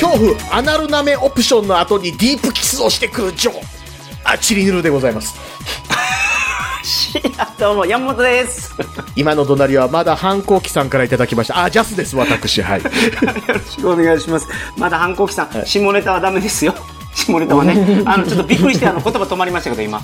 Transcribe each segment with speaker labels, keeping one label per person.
Speaker 1: 恐怖アナルナメオプションの後にディープキスをしてくるジョーあチリヌルでございます
Speaker 2: シアどうも山本です。よ
Speaker 1: 今の隣はまだ反抗期さんからいただきましたあジャスです私 はい
Speaker 2: ろしくお願いします。まだ反抗期さん、下ネタはダメですよ。下ネタは ね、あのちょっとびっくりしてあの言葉止まりましたけど 今。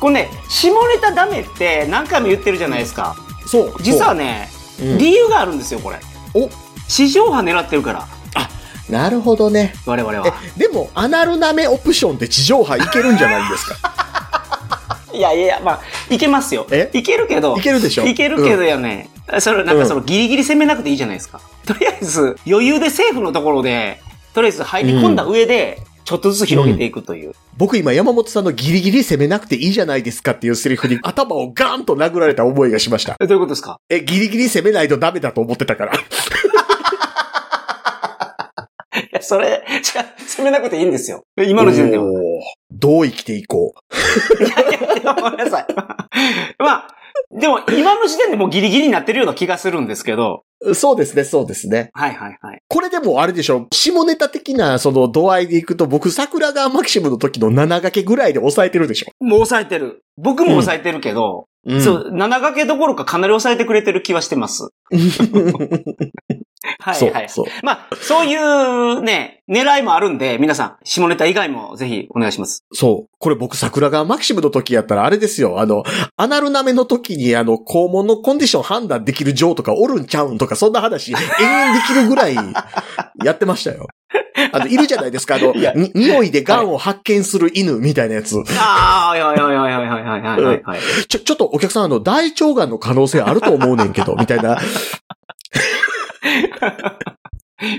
Speaker 2: これね、下ネタダメって何回も言ってるじゃないですか。
Speaker 1: そう
Speaker 2: 実はね、
Speaker 1: うん
Speaker 2: 理由があるんですよこれ。
Speaker 1: お
Speaker 2: 地上波狙ってるから
Speaker 1: なるほどね
Speaker 2: 我々は。
Speaker 1: えでもアナルナメオプションで地上波いけるんじゃないんですか
Speaker 2: いやいやいや、まあ、いけますよ。
Speaker 1: え
Speaker 2: いけるけど。
Speaker 1: いけるでしょ
Speaker 2: いけるけどやね。それ、なんかその、ギリギリ攻めなくていいじゃないですか。とりあえず、余裕でセーフのところで、とりあえず入り込んだ上で、ちょっとずつ広げていくという。
Speaker 1: 僕今山本さんのギリギリ攻めなくていいじゃないですかっていうセリフに頭をガーンと殴られた思いがしました
Speaker 2: えどういうことですか
Speaker 1: えギリギリ攻めないとダメだと思ってたから
Speaker 2: いや、それ、じゃあ攻めなくていいんですよ。今の時点では。
Speaker 1: お
Speaker 2: い
Speaker 1: ーどう生きていこう。
Speaker 2: やいやいや、ごめんなさい。 まあ、でも、今の時点でもうギリギリになってるような気がするんですけど。
Speaker 1: そうですね、そうですね。
Speaker 2: はいはいはい。
Speaker 1: これでもあれでしょ、下ネタ的なその度合いでいくと、僕、桜川マキシムの時の7掛けぐらいで抑えてるでしょ。
Speaker 2: もう抑えてる。僕も抑えてるけど、
Speaker 1: う
Speaker 2: そ。う、7掛けどころかかなり抑えてくれてる気はし てます。はい
Speaker 1: そ
Speaker 2: は
Speaker 1: う
Speaker 2: いはい。
Speaker 1: そう。
Speaker 2: まあ、そういうね、狙いもあるんで、皆さん、下ネタ以外もぜひお願いします。
Speaker 1: そう。これ僕、桜川マキシムの時やったら、あれですよ。あの、アナルナメの時に、あの、肛門のコンディション判断できる嬢とかおるんちゃうんとか、そんな話、延々できるぐらい、やってましたよ。あの、いるじゃないですか。あの、
Speaker 2: いや
Speaker 1: に匂いで癌を発見する犬みたいなやつ。
Speaker 2: ああ、いやいやいやいやいやいやいやいや。
Speaker 1: ちょ、ちょっとお客さん、あの、大腸がんの可能性あると思うねんけど、みたいな。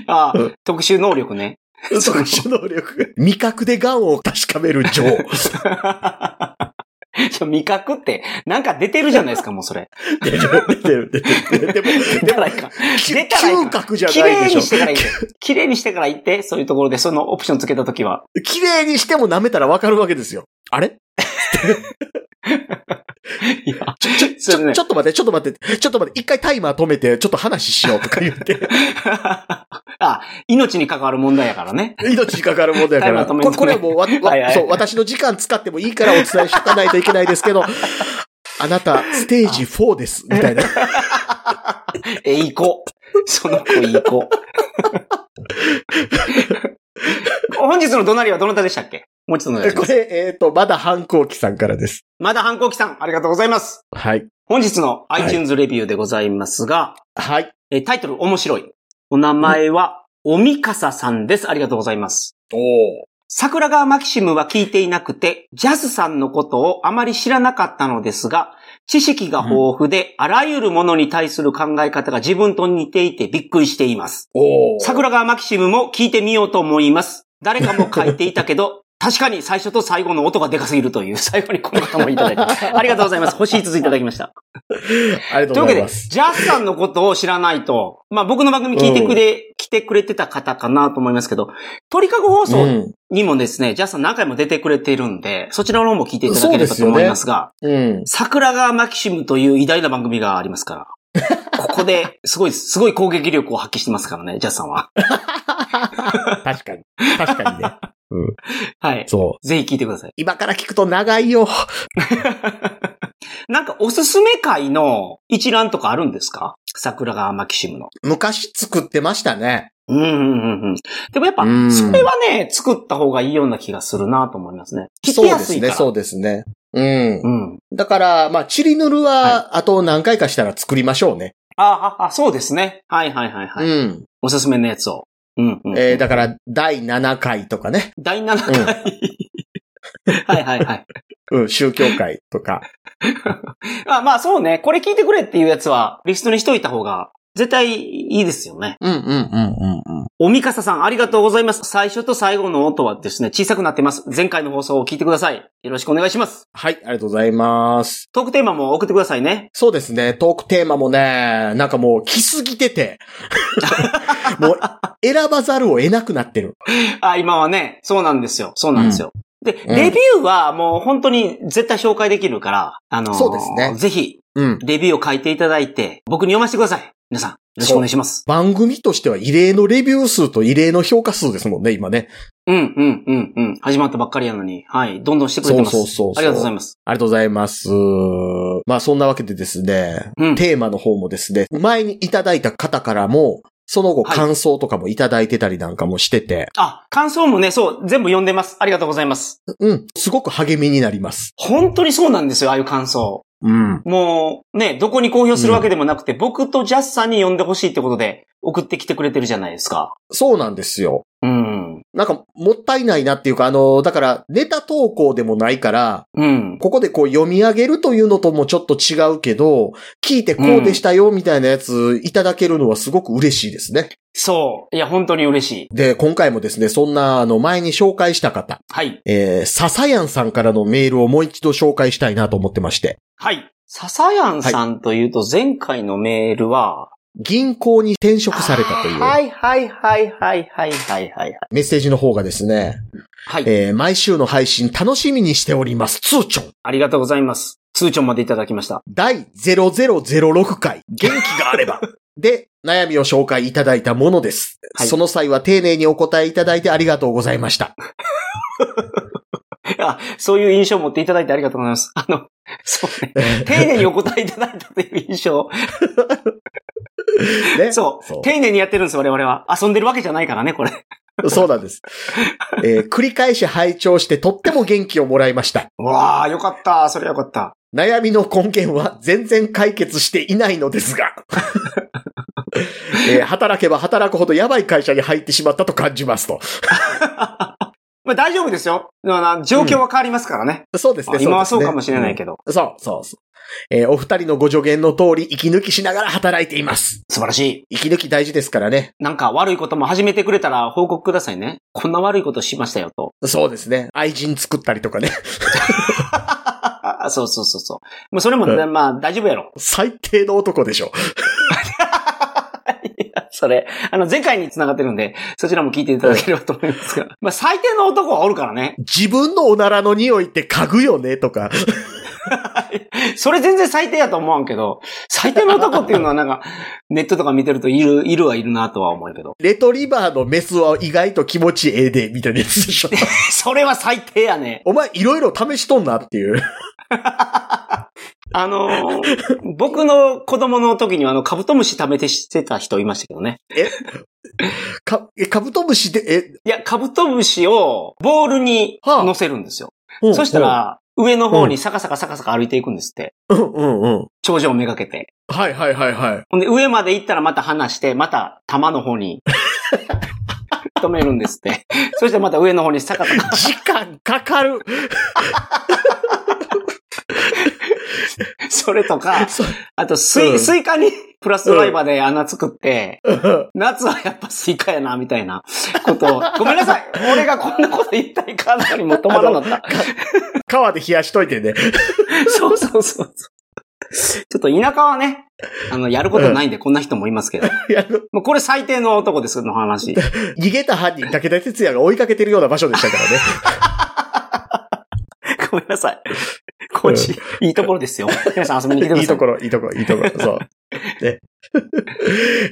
Speaker 2: あ
Speaker 1: う
Speaker 2: あ、特殊能力ね。
Speaker 1: 嘘の能力。味覚でがんを確かめる 情。
Speaker 2: いや味覚って、なんか出てるじゃないですか、もうそれ。
Speaker 1: 出てる、出てる。でも、
Speaker 2: 出たらいかん。出たらい
Speaker 1: 嗅
Speaker 2: かん。
Speaker 1: 覚じゃ
Speaker 2: 綺
Speaker 1: ないで
Speaker 2: 麗
Speaker 1: し
Speaker 2: にして
Speaker 1: ょ。
Speaker 2: からいって。綺麗にしてからいって、そういうところでそのオプションつけたときは。
Speaker 1: 綺麗にしても舐めたらわかるわけですよ。あれ
Speaker 2: いや、
Speaker 1: ちょ、ちょ、ち
Speaker 2: そうね
Speaker 1: ょ、ちょっと待って、ちょっと待って、ちょっと待って、一回タイマー止めて、ちょっと話しようとか言 って、
Speaker 2: あ、命に関わる問題やからね。
Speaker 1: 命にかかるもんだか
Speaker 2: タイマ
Speaker 1: ら、
Speaker 2: ー止め
Speaker 1: ここれはもうわ、わ
Speaker 2: はいはい
Speaker 1: そう、私の時間使ってもいいからお伝えしとかないといけないです けど、あなた、ステージ4です、みたいな。
Speaker 2: え、行こう。その子行 こう。本日の隣はどなたでしたっけもう一度お願いしま
Speaker 1: こ
Speaker 2: す。
Speaker 1: れ、えっ、と、まだ反抗期さんからです。
Speaker 2: まだ反抗期さん、ありがとうございます。
Speaker 1: はい。
Speaker 2: 本日の iTunes レビューでございますが、
Speaker 1: はい。
Speaker 2: えタイトル面白い。お名前は、おみかささんです。ありがとうございます。
Speaker 1: お
Speaker 2: 桜川マキシムは聞いていなくて、ジャズさんのことをあまり知らなかったのですが、知識が豊富で、あらゆるものに対する考え方が自分と似ていてびっくりしています。
Speaker 1: お
Speaker 2: 桜川マキシムも聞いてみようと思います。誰かも書いていたけど、 確かに最初と最後の音がでかすぎるという、 最後にこの方もいただいて、ありがとうございます。星5ついただきました。
Speaker 1: ありがと
Speaker 2: という
Speaker 1: う
Speaker 2: わ
Speaker 1: ご
Speaker 2: け
Speaker 1: ざい
Speaker 2: で、
Speaker 1: ます。
Speaker 2: ジャスさんのことを知らないと、まあ僕の番組聞いてくれ、来てくれてた方かなと思いますけど、鳥かご放
Speaker 1: う
Speaker 2: 送
Speaker 1: ん。
Speaker 2: にもですね、ジャスさん何回も出てくれてるんで、そちらの方も聞いていただけ
Speaker 1: そう
Speaker 2: れ
Speaker 1: で
Speaker 2: ば
Speaker 1: す
Speaker 2: と
Speaker 1: よね
Speaker 2: 思いますが、
Speaker 1: うん。
Speaker 2: 桜川マキシムという偉大な番組がありますから。ここで、すごい、すごい攻撃力を発揮してますからね、ジャスさんは。
Speaker 1: 確かに。確かにね。
Speaker 2: はい。
Speaker 1: そう。
Speaker 2: ぜひ聞いてください。
Speaker 1: 今から聞くと長いよ。
Speaker 2: なんかおすすめ会の一覧とかあるんですか桜川マキシムの。
Speaker 1: 昔作ってましたね。
Speaker 2: うんうんうんうん。でもやっぱ
Speaker 1: う、ん
Speaker 2: それはね、作った方がいいような気がするなと思いますね。聞
Speaker 1: そ
Speaker 2: き
Speaker 1: う
Speaker 2: や
Speaker 1: ですす
Speaker 2: いか
Speaker 1: ね、
Speaker 2: ら。
Speaker 1: そうですね。うん。
Speaker 2: うん。
Speaker 1: だから、まあ、チリヌルは、あと何回かしたら作りましょうね。
Speaker 2: ああ、あそうですね。はいはいはいはい。
Speaker 1: うん。
Speaker 2: おすすめのやつを。うん、うん。
Speaker 1: えー、だから、第7回とかね。
Speaker 2: 第7回。 はいはいはい。
Speaker 1: うん、宗教会とか。
Speaker 2: あまあそうね、これ聞いてくれっていうやつは、リストにしといた方が、絶対いいですよね。
Speaker 1: うん、うん、うん、うん、うん。
Speaker 2: おみかささん、ありがとうございます。最初と最後の音はですね、小さくなってます。前回の放送を聞いてください。よろしくお願いします。
Speaker 1: はい、ありがとうございます。
Speaker 2: トークテーマも送ってくださいね。
Speaker 1: そうですね、トークテーマもね、なんかもう、来すぎて て。もう、選ばざるを得なくなってる。
Speaker 2: あ、今はね、そうなんですよ。そうなんですよ。で、
Speaker 1: うん
Speaker 2: レビューはもう本当に絶対紹介できるから、あのー
Speaker 1: そうですね
Speaker 2: ぜひ、
Speaker 1: うん。
Speaker 2: レビューを書いていただいて、僕に読ませてください。皆さん、よろしくお願いします。
Speaker 1: 番組としては異例のレビュー数と異例の評価数ですもんね、今ね。
Speaker 2: うん、うん、うん、うん。始まったばっかりやのに、はい。どんどんしてくれてます。
Speaker 1: そうそうそうそう
Speaker 2: ありがとうございます。
Speaker 1: ありがとうございます。まあそんなわけでですね、
Speaker 2: うん
Speaker 1: テーマの方もですね、前にいただいた方からも、その後
Speaker 2: はい
Speaker 1: 感想とかもいただいてたりなんかもしてて、
Speaker 2: あ、感想もね、そう、全部読んでます。ありがとうございます。
Speaker 1: うん、すごく励みになります。
Speaker 2: 本当にそうなんですよ、ああいう感想。
Speaker 1: うん。
Speaker 2: もう、ね、どこに公表するわけでもなくて、僕とジャスさんに読んでほしいってことで、送ってきてくれてるじゃないですか。
Speaker 1: そうなんですよ。
Speaker 2: うん。
Speaker 1: なんか、もったいないなっていうか、あの、だから、ネタ投稿でもないから、
Speaker 2: うん。
Speaker 1: ここでこう読み上げるというのともちょっと違うけど、聞いてこうでしたよみたいなやついただけるのはすごく嬉しいですね。
Speaker 2: そう。いや、本当に嬉しい。
Speaker 1: で、今回もですね、そんなあの前に紹介した方、
Speaker 2: はい。
Speaker 1: えー、笹やんさんからのメールをもう一度紹介したいなと思ってまして、
Speaker 2: はい。笹谷さんというと、前回のメールは、
Speaker 1: 銀行に転職されたという
Speaker 2: はいはいはいはいはいはいはいはい。
Speaker 1: メッセージの方がですね、
Speaker 2: はい。
Speaker 1: えー、毎週の配信楽しみにしております。通帳
Speaker 2: ありがとうございます。通帳までいただきました。
Speaker 1: 第0006回、元気があれば。 で、悩みを紹介いただいたものです、
Speaker 2: はい
Speaker 1: その際は丁寧にお答えいただいてありがとうございました。
Speaker 2: あ、そういう印象を持っていただいてありがとうございます。あの、そうね。丁寧にお答えいただいたという印象。
Speaker 1: ね、そ
Speaker 2: そうう。丁寧にやってるんです、我々は。遊んでるわけじゃないからね、これ。
Speaker 1: うなんです、えー繰り返し拝聴してとっても元気をもらいました。
Speaker 2: わあ、よかった。それよかった。
Speaker 1: 悩みの根源は全然解決していないのです が、えー働けば働くほどやばい会社に入ってしまったと感じますと。
Speaker 2: まあ大丈夫ですよ。あの状況は変わりますからね。
Speaker 1: そうですね。
Speaker 2: 今は
Speaker 1: です
Speaker 2: そう
Speaker 1: ね
Speaker 2: かもしれないけど、
Speaker 1: そうそうそう。えーお二人のご助言の通り、息抜きしながら働いています。
Speaker 2: 素晴らしい。
Speaker 1: 息抜き大事ですからね。
Speaker 2: なんか悪いことも始めてくれたら報告くださいね。こんな悪いことしましたよと。
Speaker 1: そうですね。愛人作ったりとかね。
Speaker 2: そうそうそうそう。もうそれもね、
Speaker 1: う
Speaker 2: まあ大丈夫やろ。
Speaker 1: 最低の男でしょ。
Speaker 2: いやそれ、あの前回に繋がってるんで、そちらも聞いていただければと思いま すが。まあ最低の男はおるからね。
Speaker 1: 自分のおならの匂いって嗅ぐよねとか。
Speaker 2: それ全然最低やと思わんけど、最低の男っていうのはなんか、ネットとか見てるといる、いるはいるなとは思うけど。
Speaker 1: レトリバーのメスは意外と気持ちええで、みたいなやつでし ょ。
Speaker 2: それは最低やね。
Speaker 1: お前いろいろ試しとんなっていう。
Speaker 2: あのー僕の子供の時にはあの、カブトムシ食べてしてた人いましたけどね。
Speaker 1: か、え、カブトムシで、
Speaker 2: いや、カブトムシをボールに
Speaker 1: はあ
Speaker 2: 乗せるんですよ。
Speaker 1: え、うん
Speaker 2: そした、ら、上の方にサカサカサカサカ歩いていくんですって。
Speaker 1: うんうんうん。
Speaker 2: 頂上をめがけて。
Speaker 1: はいはいはいはい。
Speaker 2: ほんで、上まで行ったらまた離して、また玉の 方に。止めるんですって。そしてまた上の方にサカサカ。
Speaker 1: 時間かかる。
Speaker 2: それとか、
Speaker 1: そ
Speaker 2: あとスイ、
Speaker 1: うん
Speaker 2: スイカに プラスドライバーで穴作って、
Speaker 1: うん
Speaker 2: 夏はやっぱスイカやな、みたいな ことを。ごめんなさい。俺がこんなこと言いたいかなにも止まらなかった。
Speaker 1: 川で冷やしといてね。
Speaker 2: そうそうそうそう。ちょっと田舎はね、あの、やることないんで、こんな人もいますけど。
Speaker 1: いやあの
Speaker 2: もうこれ最低の男ですの 話。
Speaker 1: 逃げた犯人、武田鉄矢が追いかけてるような場所でしたからね。
Speaker 2: ごめんなさい。コーチ、いいところですよ。皆さん遊びに来てくだ さい。
Speaker 1: いいところ、いいところ、いいところ、そう。 ね。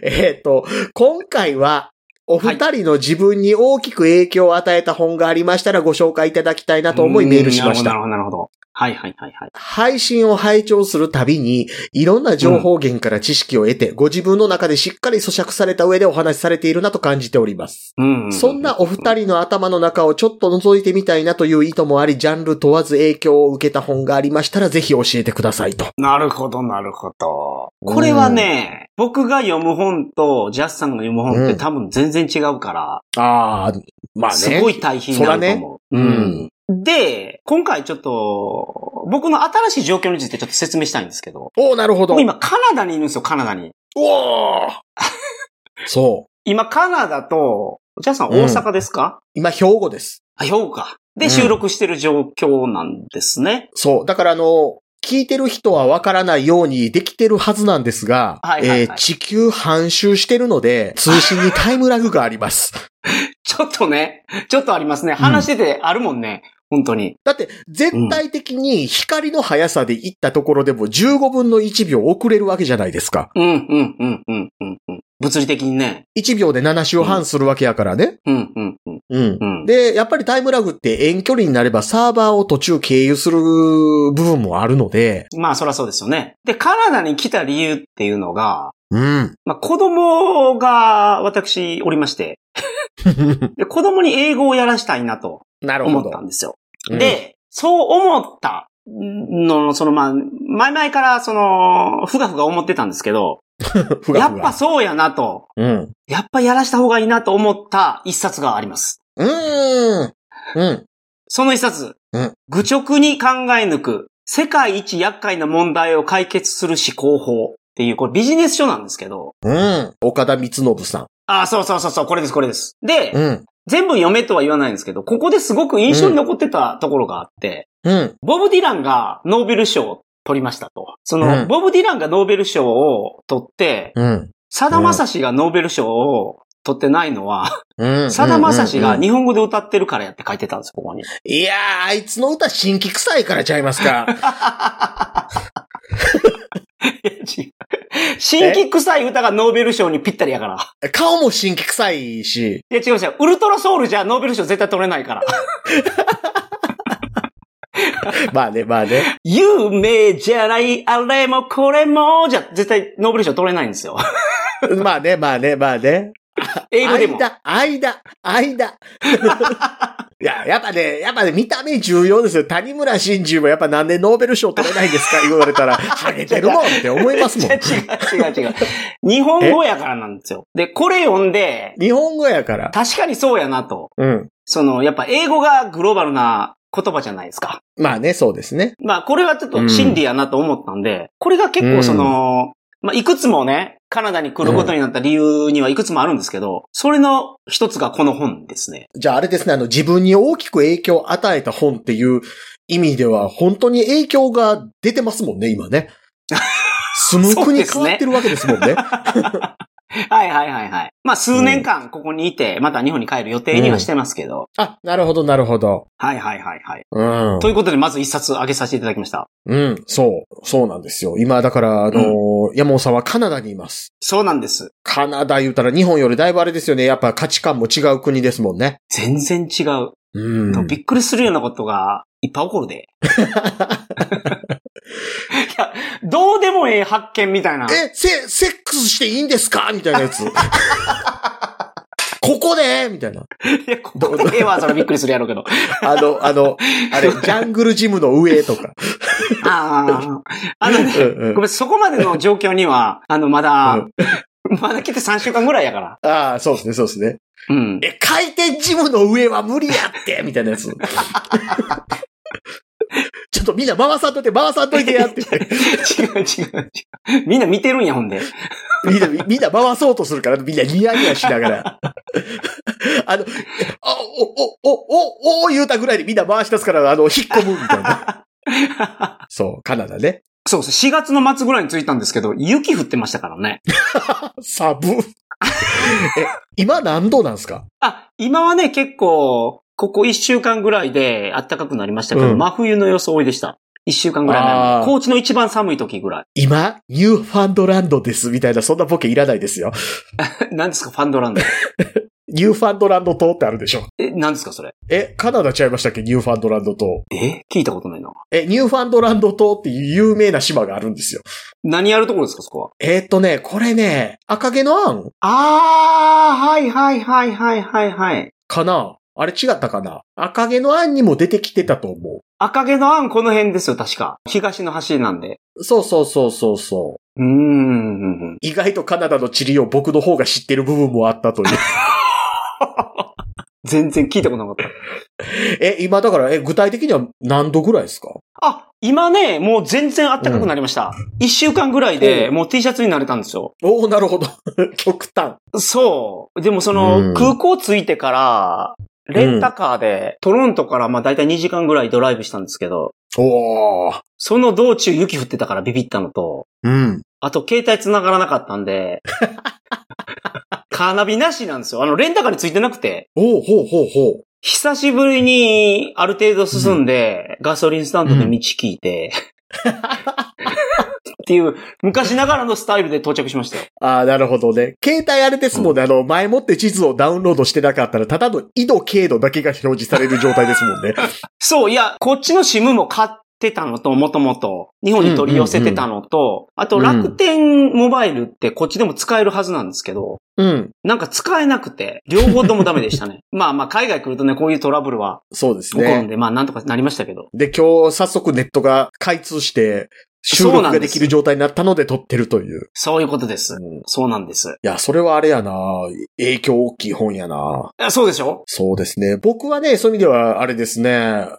Speaker 1: えっと、今回は、お二人の自分に大きく影響を与えた本がありましたらご紹介いただきたいなと思いメールしまし
Speaker 2: な
Speaker 1: た。
Speaker 2: るほど、なるほど。はいはいはいはい。
Speaker 1: 配信を拝聴するたびに、いろんな情報源から知識を得て、ご自分の中でしっかり咀嚼された上でお話しされているなと感じております。
Speaker 2: うん。
Speaker 1: そんなお二人の頭の中をちょっと覗いてみたいなという意図もあり、ジャンル問わず影響を受けた本がありましたらぜひ教えてくださいと。
Speaker 2: なるほど、なるほど。これはね、僕が読む本と、ジャスさんが読む本っ
Speaker 1: う
Speaker 2: て
Speaker 1: ん
Speaker 2: 多分全然違うから、
Speaker 1: ああ、まあね。
Speaker 2: すごい大変になると思う。
Speaker 1: そらね
Speaker 2: うん。で、今回ちょっと、僕の新しい状況についてちょっと説明したいんですけど、
Speaker 1: おーなるほど
Speaker 2: 僕。今カナダにいるんですよ、カナダに。
Speaker 1: おーそう。
Speaker 2: 今カナダと、ジャスさん
Speaker 1: うん
Speaker 2: 大阪ですか、
Speaker 1: 今、兵庫です。
Speaker 2: あ、評価。
Speaker 1: う
Speaker 2: で、
Speaker 1: ん
Speaker 2: 収録してる状況なんですね。
Speaker 1: そう。だから、あの、聞いてる人はわからないようにできてるはずなんですが、
Speaker 2: はいはいはい
Speaker 1: えー地球半周してるので、通信に タイムラグがあります。
Speaker 2: ちょっとね、ちょっとありますね。話しててあるもんね。本当に。
Speaker 1: だって、全体的に光の速さで行ったところでも15分の1秒遅れるわけじゃないですか。
Speaker 2: うん、うん、うん、うん、うんうん。物理的にね。
Speaker 1: 1秒で7周半するわけやからね。
Speaker 2: うん、うん、うん
Speaker 1: うん。
Speaker 2: うん。
Speaker 1: で、やっぱりタイムラグって遠距離になればサーバーを途中経由する部分もあるので、
Speaker 2: まあ、そらそうですよね。で、カナダに来た理由っていうのが、
Speaker 1: うん。
Speaker 2: まあ、子供が私おりま して、で、子供に英語をやらしたいなと
Speaker 1: なるほ
Speaker 2: 思っ
Speaker 1: ど
Speaker 2: た。んですよ。
Speaker 1: うん
Speaker 2: で、そう思ったのの、そのまあ、前々からその、ふがふが思ってたんですけど、
Speaker 1: ふが
Speaker 2: や
Speaker 1: ふ
Speaker 2: っぱ
Speaker 1: が。
Speaker 2: そうやなと、
Speaker 1: うん。
Speaker 2: やっぱやらした方がいいなと思った一冊があります。
Speaker 1: うーん。うん。
Speaker 2: その一冊、
Speaker 1: うん
Speaker 2: 愚直に考え抜く、世界一厄介な問題を解決する思考法っていう、これビジネス書なんですけど、
Speaker 1: うん。岡田光信さん。
Speaker 2: ああ、そうそうそうそう、これです、これです。で、
Speaker 1: うん。
Speaker 2: 全部読めとは言わないんですけど、ここですごく印象に残ってたところがあって、
Speaker 1: うん。
Speaker 2: ボブ・ディランがノーベル賞を取りましたと。その、
Speaker 1: うん
Speaker 2: ボブ・ディランがノーベル賞を取って、
Speaker 1: うん。
Speaker 2: さだまさしがノーベル賞を取ってないのは、
Speaker 1: うん。
Speaker 2: さだまさし
Speaker 1: う
Speaker 2: が
Speaker 1: んうん
Speaker 2: 日本語で歌ってるからやって書いてたんです、ここに。
Speaker 1: いやー、あいつの歌、新規臭いからちゃいます か。
Speaker 2: 違う 新規臭い歌がノーベル賞にぴったりやから。
Speaker 1: 顔も新規臭いし。
Speaker 2: いや違う違う。ウルトラソウルじゃノーベル賞絶対取れないから。
Speaker 1: まあね、まあね。
Speaker 2: 有名じゃない、あれもこれも、じゃ絶対ノーベル賞取れないんですよ。
Speaker 1: まあね、まあね、まあね。
Speaker 2: 英語でも。
Speaker 1: 間、間、間。いや、やっぱね、やっぱね、見た目重要ですよ。谷村新司もやっぱなんでノーベル賞取れないんですか言われたら、ハゲてるもんって思いますもん
Speaker 2: 違。う違う違う。日本語やからなんですよ。で、これ読んで、
Speaker 1: 日本語やから。
Speaker 2: 確かにそうやなと。
Speaker 1: うん。
Speaker 2: その、やっぱ英語がグローバルな言葉じゃないですか。
Speaker 1: まあね、そうですね。
Speaker 2: まあ、これはちょっと真理やなと思ったんで、これが結構その、まあ、いくつもね、カナダに来ることになった理由にはいくつもあるんですけど、それの一つがこの本ですね。
Speaker 1: じゃああれですね、あの、自分に大きく影響を与えた本っていう意味では、本当に影響が出てますもんね、今 ね。住む国変わってるわけですもんね。
Speaker 2: はいはいはいはい。まあ、数年間ここにいて、また日本に帰る予定にはしてますけど、
Speaker 1: あ、なるほど、なるほど。
Speaker 2: はいはいはいはい。
Speaker 1: うん。
Speaker 2: ということで、まず一冊あげさせていただきました。
Speaker 1: うん、そう、そうなんですよ。今、だから、あのー山本さんはカナダにいます。
Speaker 2: そうなんです。
Speaker 1: カナダ言うたら日本よりだいぶあれですよね。やっぱ価値観も違う国ですもんね。
Speaker 2: 全然違う。
Speaker 1: うん。
Speaker 2: びっくりするようなことがいっぱい起こるで。い や、どうでもええ発見みたいな。
Speaker 1: え、セ、セックスしていいんですかみたいなや つ。ここでみたいな。
Speaker 2: いや、ここでええわ、それびっくりするやろうけど。
Speaker 1: あの、あの、あれ、ジャングルジムの上とか。
Speaker 2: ああ、あのね、
Speaker 1: うんうん
Speaker 2: ごめん、そこまでの状況には、あの、まだ、
Speaker 1: うん
Speaker 2: まだ来て3週間ぐらいやから。
Speaker 1: ああ、そうですね、そうですね。
Speaker 2: うん。
Speaker 1: え、回転ジムの上は無理やってみたいなやつ。 ちょっとみんな回さんといて、回さんといてやって。
Speaker 2: 違う違う違う。みんな見てるんや、ほんで。
Speaker 1: みんな、みんな回そうとするから、みんなニヤニヤしながら。 あの、あ、お、お、お、お、お、言うたぐらいでみんな回し出すから、あの、引っ込むみたいな。そう、カナダね。
Speaker 2: そうそう、4月の末ぐらいに着いたんですけど、雪降ってましたからね。
Speaker 1: サブ。え、 今何度なんですか
Speaker 2: あ、今はね、結構、ここ1週間ぐらいで暖かくなりましたけど、
Speaker 1: うん
Speaker 2: 真冬の装いでした。1週間ぐらい
Speaker 1: あ
Speaker 2: 前。
Speaker 1: ー
Speaker 2: 高知の一番寒い時ぐらい。
Speaker 1: 今、ニューファンドランドです、みたいな、そんなボケいらないですよ。
Speaker 2: 何ですか、ファンドランド。
Speaker 1: ニューファンドランド島ってあるでしょ。
Speaker 2: え、何ですか、それ。
Speaker 1: え、カナダちゃいましたっけニューファンドランド島。
Speaker 2: え聞いたことないな。
Speaker 1: え、ニューファンドランド島っていう有名な島があるんですよ。
Speaker 2: 何やるところですか、そこは。
Speaker 1: えーっとね、これね、赤毛のアン
Speaker 2: あー、はいはいはいはいはいはい。
Speaker 1: かなあれ違ったかな赤毛のアンにも出てきてたと思
Speaker 2: 赤毛のアンこの辺ですよ、確か。東の端なんで。
Speaker 1: う。そうそうそうそうそう。
Speaker 2: うーん。
Speaker 1: 意外とカナダの地理を僕の方が知ってる部分もあったという。
Speaker 2: 全然聞いたことなかった。
Speaker 1: え、今だから、え、具体的には何度ぐらいですか
Speaker 2: あ、今ね、もう全然暖かくなりました。一、週間ぐらいで、もう T シャツになれたんですよ。
Speaker 1: おおなるほど。 極端。
Speaker 2: そう。でもその、
Speaker 1: うん
Speaker 2: 空港着いてから、レンタカーで、トロントからまあ大体2時間ぐらいドライブしたんですけど、
Speaker 1: おー。
Speaker 2: その道中雪降ってたからビビったのと、
Speaker 1: うん。
Speaker 2: あと携帯繋がらなかったんで、カーナビなしなんですよ。あの、レンタカーについてなくて、
Speaker 1: おー、ほうほうほう。
Speaker 2: 久しぶりにある程度進んで、ガソリンスタンドで道聞いて、っていう、昔ながらのスタイルで到着しましたよ。
Speaker 1: ああ、なるほどね。携帯あれですもんね。あの、前もって地図をダウンロードしてなかったら、ただの緯度、経度だけが表示される状態ですもん ね。
Speaker 2: そう、いや、こっちの SIM も買ってたのと、もともと、日本に取り寄せてたのと、あと楽天モバイルってこっちでも使えるはずなんですけど、
Speaker 1: うん。
Speaker 2: なんか使えなくて、両方ともダメでしたね。まあまあ、海外来るとね、こういうトラブルは
Speaker 1: そうです
Speaker 2: 起こるん
Speaker 1: ね。
Speaker 2: で、まあなんとかなりましたけど。
Speaker 1: で、今日早速ネットが開通して、収録ができる状態になったので撮ってるという。
Speaker 2: そういうことです。
Speaker 1: うんい
Speaker 2: そうなんです。
Speaker 1: や、それはあれやな影響大きい本やな
Speaker 2: あそうでしょ
Speaker 1: そうですね。僕はね、そういう意味ではあれですね。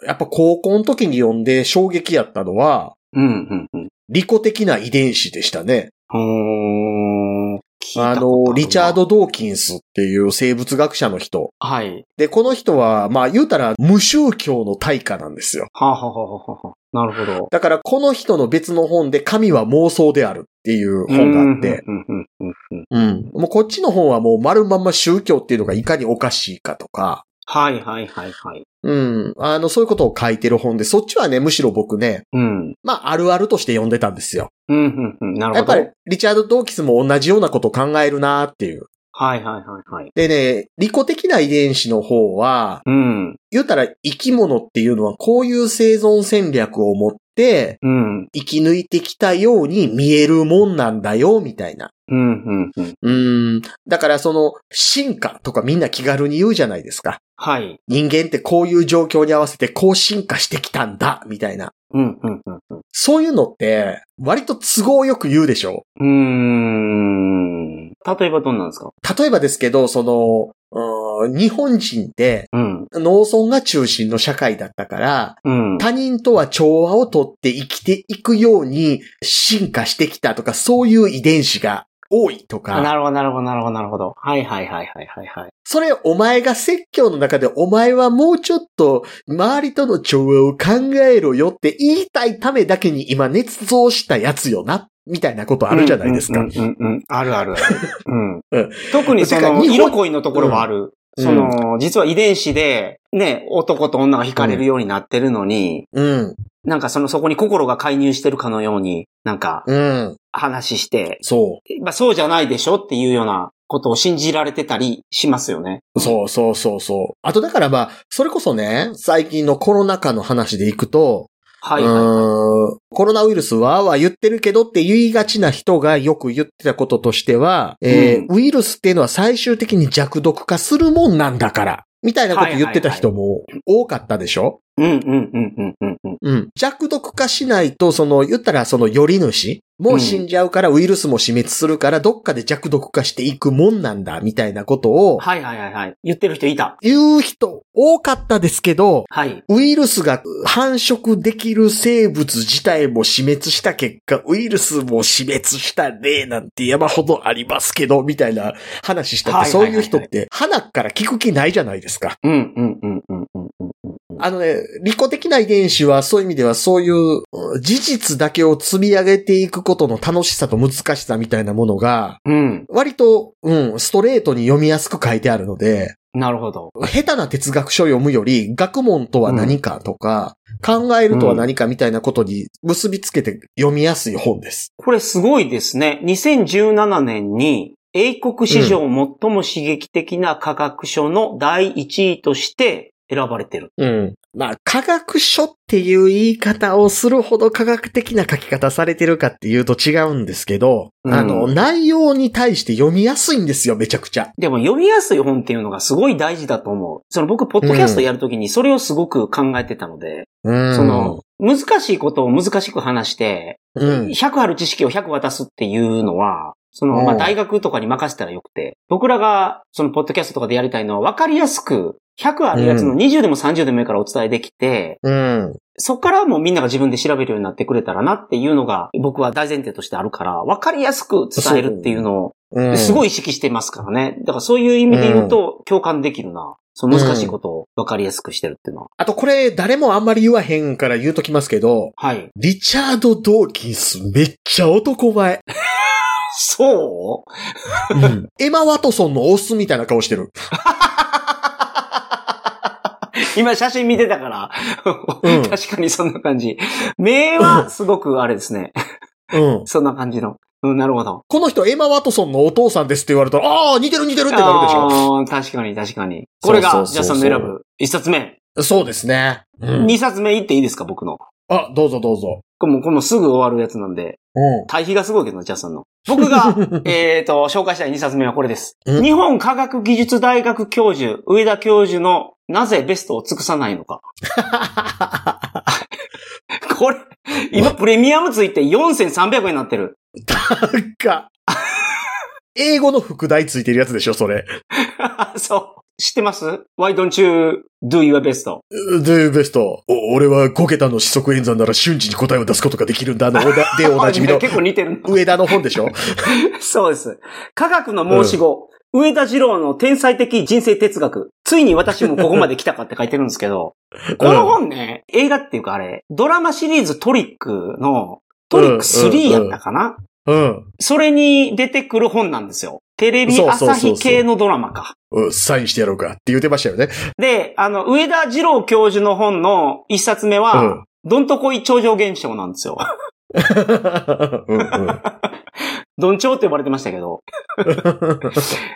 Speaker 1: やっぱ高校の時に読んで衝撃やったのは、
Speaker 2: うん、うん、
Speaker 1: 利己的な遺伝子でしたね。
Speaker 2: うん。ほー聞い
Speaker 1: あ
Speaker 2: たこと
Speaker 1: の、
Speaker 2: るな
Speaker 1: リチャー。ド・ドーキンスっていう生物学者の人。
Speaker 2: はい。
Speaker 1: で、この人は、まあ言うたら無宗教の大家なんですよ。
Speaker 2: はあ、はあはあはあはあ、なるほど。
Speaker 1: だからこの人の別の本で神は妄想であるっていう本があって、
Speaker 2: うんうんうんうんうん
Speaker 1: うん。もうこっちの本はもう丸まんま宗教っていうのがいかにおかしいかとか、
Speaker 2: はいはいはいはい。
Speaker 1: うん。あの、そういうことを書いてる本で、そっちはね、むしろ僕ね、
Speaker 2: うん。
Speaker 1: まあ、あるあるとして読んでたんですよ。
Speaker 2: うんうんうん。なる
Speaker 1: やっ
Speaker 2: ほど。
Speaker 1: ぱ
Speaker 2: は
Speaker 1: り
Speaker 2: い、
Speaker 1: リチャード・ドーキンスも同じようなことを考えるなーっていう。
Speaker 2: はいはいはい。
Speaker 1: でね、利己的な遺伝子の方は、
Speaker 2: うん。
Speaker 1: 言うたら生き物っていうのはこういう生存戦略を持って
Speaker 2: うん。
Speaker 1: 生き抜いてきたように見えるもんなんだよ、みたいな。
Speaker 2: うんうんうん。
Speaker 1: うん。だからその進化とかみんな気軽に言うじゃないですか。
Speaker 2: はい。
Speaker 1: 人間ってこういう状況に合わせてこう進化してきたんだ、みたいな。
Speaker 2: うんうんうんうん。
Speaker 1: そういうのって割と都合よく言うでしょ
Speaker 2: うーん。例えばどんなんですか
Speaker 1: 例えばですけど、その、うーん日本人って
Speaker 2: うん。
Speaker 1: 農村が中心の社会だったから、
Speaker 2: うん。
Speaker 1: 他人とは調和をとって生きていくように進化してきたとか、そういう遺伝子が多いと
Speaker 2: あな
Speaker 1: か、
Speaker 2: るほど、なるほど、なるほど、なるほど。はいはいはいはいはいはい。
Speaker 1: それお前が説教の中でお前はもうちょっと周りとの調和を考えろよって言いたいためだけに今捏造したやつよな、みたいなことあるじゃないですか。
Speaker 2: うんうんうんうん。あるある ある。うん
Speaker 1: うん。
Speaker 2: 特にそ
Speaker 1: てか
Speaker 2: の、
Speaker 1: 日本
Speaker 2: 色恋のところはある。
Speaker 1: うん
Speaker 2: その、実は遺伝子で、ね、男と女が惹かれるようになってるのに、
Speaker 1: うん、
Speaker 2: なんかその、そこに心が介入してるかのように、なんか、
Speaker 1: うん、
Speaker 2: 話して、
Speaker 1: そ
Speaker 2: まあそうじゃないでしょっていうようなことを信じられてたりしますよね。
Speaker 1: う、そうそうそうそう。あとだからまあ、それこそね、最近のコロナ禍の話でいくと、
Speaker 2: はい、
Speaker 1: う
Speaker 2: はい。
Speaker 1: ーんコロナウイルスはは言ってるけどって言いがちな人がよく言ってたこととしては、えーウイルスっていうのは最終的に弱毒化するもんなんだから。みたいなこと言ってた人も多かったでしょ、
Speaker 2: うんうんうんうんうんうん。
Speaker 1: うん。弱毒化しないと、その、言ったらその寄り主も死んじゃうから、ウイルスも死滅するから、どっかで弱毒化していくもんなんだ、みたいなことを
Speaker 2: はいはいはいはい。言ってる人いた。
Speaker 1: 言う人多かったですけど、
Speaker 2: はい。
Speaker 1: ウイルスが繁殖できる生物自体も死滅した結果、ウイルスも死滅した例なんて山ほどありますけど、みたいな話したっ
Speaker 2: はい
Speaker 1: て、
Speaker 2: はい
Speaker 1: そう
Speaker 2: はい
Speaker 1: い
Speaker 2: は
Speaker 1: う
Speaker 2: い
Speaker 1: 人って、鼻から聞く気ないじゃないですか。
Speaker 2: うんうんうんうんうんうんうんうん。
Speaker 1: あのね、利己的な遺伝子はそういう意味ではそういううん事実だけを積み上げていくことの楽しさと難しさみたいなものが、
Speaker 2: うん。
Speaker 1: 割と、うん、ストレートに読みやすく書いてあるので、
Speaker 2: なるほど。
Speaker 1: 下手な哲学書を読むより、学問とは何かとか、考えるとは何かみたいなことに結びつけて読みやすい本です。
Speaker 2: これすごいですね。2017年に英国史上最も刺激的な科学書の第1位として選ばれてる。
Speaker 1: うん。まあ、科学書っていう言い方をするほど科学的な書き方されてるかっていうと違うんですけど、
Speaker 2: うん
Speaker 1: あの、内容に対して読みやすいんですよ、めちゃくちゃ。
Speaker 2: でも読みやすい本っていうのがすごい大事だと思う。その僕、ポッドキャストやるときにそれをすごく考えてたので、
Speaker 1: うん
Speaker 2: その、、難しいことを難しく話して、
Speaker 1: うん。
Speaker 2: 100ある知識を100渡すっていうのは、その、ま
Speaker 1: う
Speaker 2: あ、
Speaker 1: ん
Speaker 2: 大学とかに任せたらよくて、僕らが、その、ポッドキャストとかでやりたいのは、分かりやすく、100あるやつの20でも30でもいいからお伝えできて、
Speaker 1: うん。
Speaker 2: そこからもうみんなが自分で調べるようになってくれたらなっていうのが、僕は大前提としてあるから、分かりやすく伝えるっていうのを、
Speaker 1: うん。
Speaker 2: す
Speaker 1: い。
Speaker 2: ごい意識してますからね。だからそういう意味で言うと、共感できるな。その難しいことを分かりやすくしてるっていうのは。
Speaker 1: あとこれ、誰もあんまり言わへんから言うときますけど、
Speaker 2: はい。
Speaker 1: リチャード・ドーキンスめっちゃ男前。
Speaker 2: そう
Speaker 1: エマ・ワトソンのオスみたいな顔してる。
Speaker 2: 今写真見てたから、
Speaker 1: うん
Speaker 2: 確かにそんな感じ。目はすごくあれですね。
Speaker 1: うん。
Speaker 2: そんな感じの。うん、なるほど。
Speaker 1: この人、エマ・ワトソンのお父さんですって言われたら、ああ、似てる似てるってなるでしょ。
Speaker 2: あー確かに、確かに。これ
Speaker 1: そ
Speaker 2: が、
Speaker 1: う
Speaker 2: ジ
Speaker 1: そう
Speaker 2: ャス
Speaker 1: そ
Speaker 2: さ
Speaker 1: うん
Speaker 2: の選ぶ。一冊目。
Speaker 1: そうですね。うん。
Speaker 2: 二冊目いっていいですか、僕の。
Speaker 1: あ、どうぞどうぞ。
Speaker 2: これもう、これもうすぐ終わるやつなんで、
Speaker 1: う
Speaker 2: 対比がすごいけどな、ジャスさんの。僕 が、えっと、紹介したい二冊目はこれです。
Speaker 1: うん
Speaker 2: 日本科学技術大学教授、上田教授の、なぜベストを尽くさないのか。 これ、今プレミアムついて4300円になってる。
Speaker 1: ん。か。英語の副題ついてるやつでしょ、それ。
Speaker 2: そう。知ってます ?Why don't you do your best?
Speaker 1: で、ベスト。お俺は5桁の四則演算なら瞬時に答えを出すことができるんだ。あの、お だでおなじみの
Speaker 2: 結構似てるな。
Speaker 1: 上田の本でしょ。
Speaker 2: そうです。科学の申し子、上田二郎の天才的人生哲学、ついに私もここまで来たかって書いてるんですけど、この本ね、映画っていうかあれ、ドラマシリーズトリックの、トリック3やったかな、
Speaker 1: うん。
Speaker 2: それに出てくる本なんですよ。テレビ
Speaker 1: そうそうそうそう
Speaker 2: 朝日系のドラマか。
Speaker 1: うん。サインしてやろうかって言ってましたよね。
Speaker 2: で、あの、上田二郎教授の本の一冊目
Speaker 1: う
Speaker 2: は、
Speaker 1: ん。
Speaker 2: どんとこい超常現象なんですよ。
Speaker 1: うん うん
Speaker 2: どんちょうって呼ばれてました けど。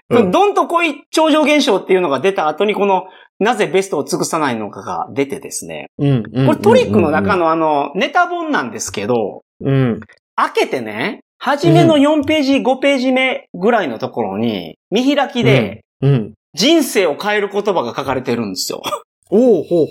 Speaker 1: うん
Speaker 2: どんとこい超常現象っていうのが出た後に、この、なぜベストを尽くさないのかが出てですね。
Speaker 1: うんうん。
Speaker 2: これトリックの中のあの、ネタ本なんですけど、
Speaker 1: うん。
Speaker 2: 開けてね、初めの4ページ、5ページ目ぐらいのところに、見開きで、
Speaker 1: うん。
Speaker 2: 人生を変える言葉が書かれてるんですよ。
Speaker 1: おうほうほうほうほう。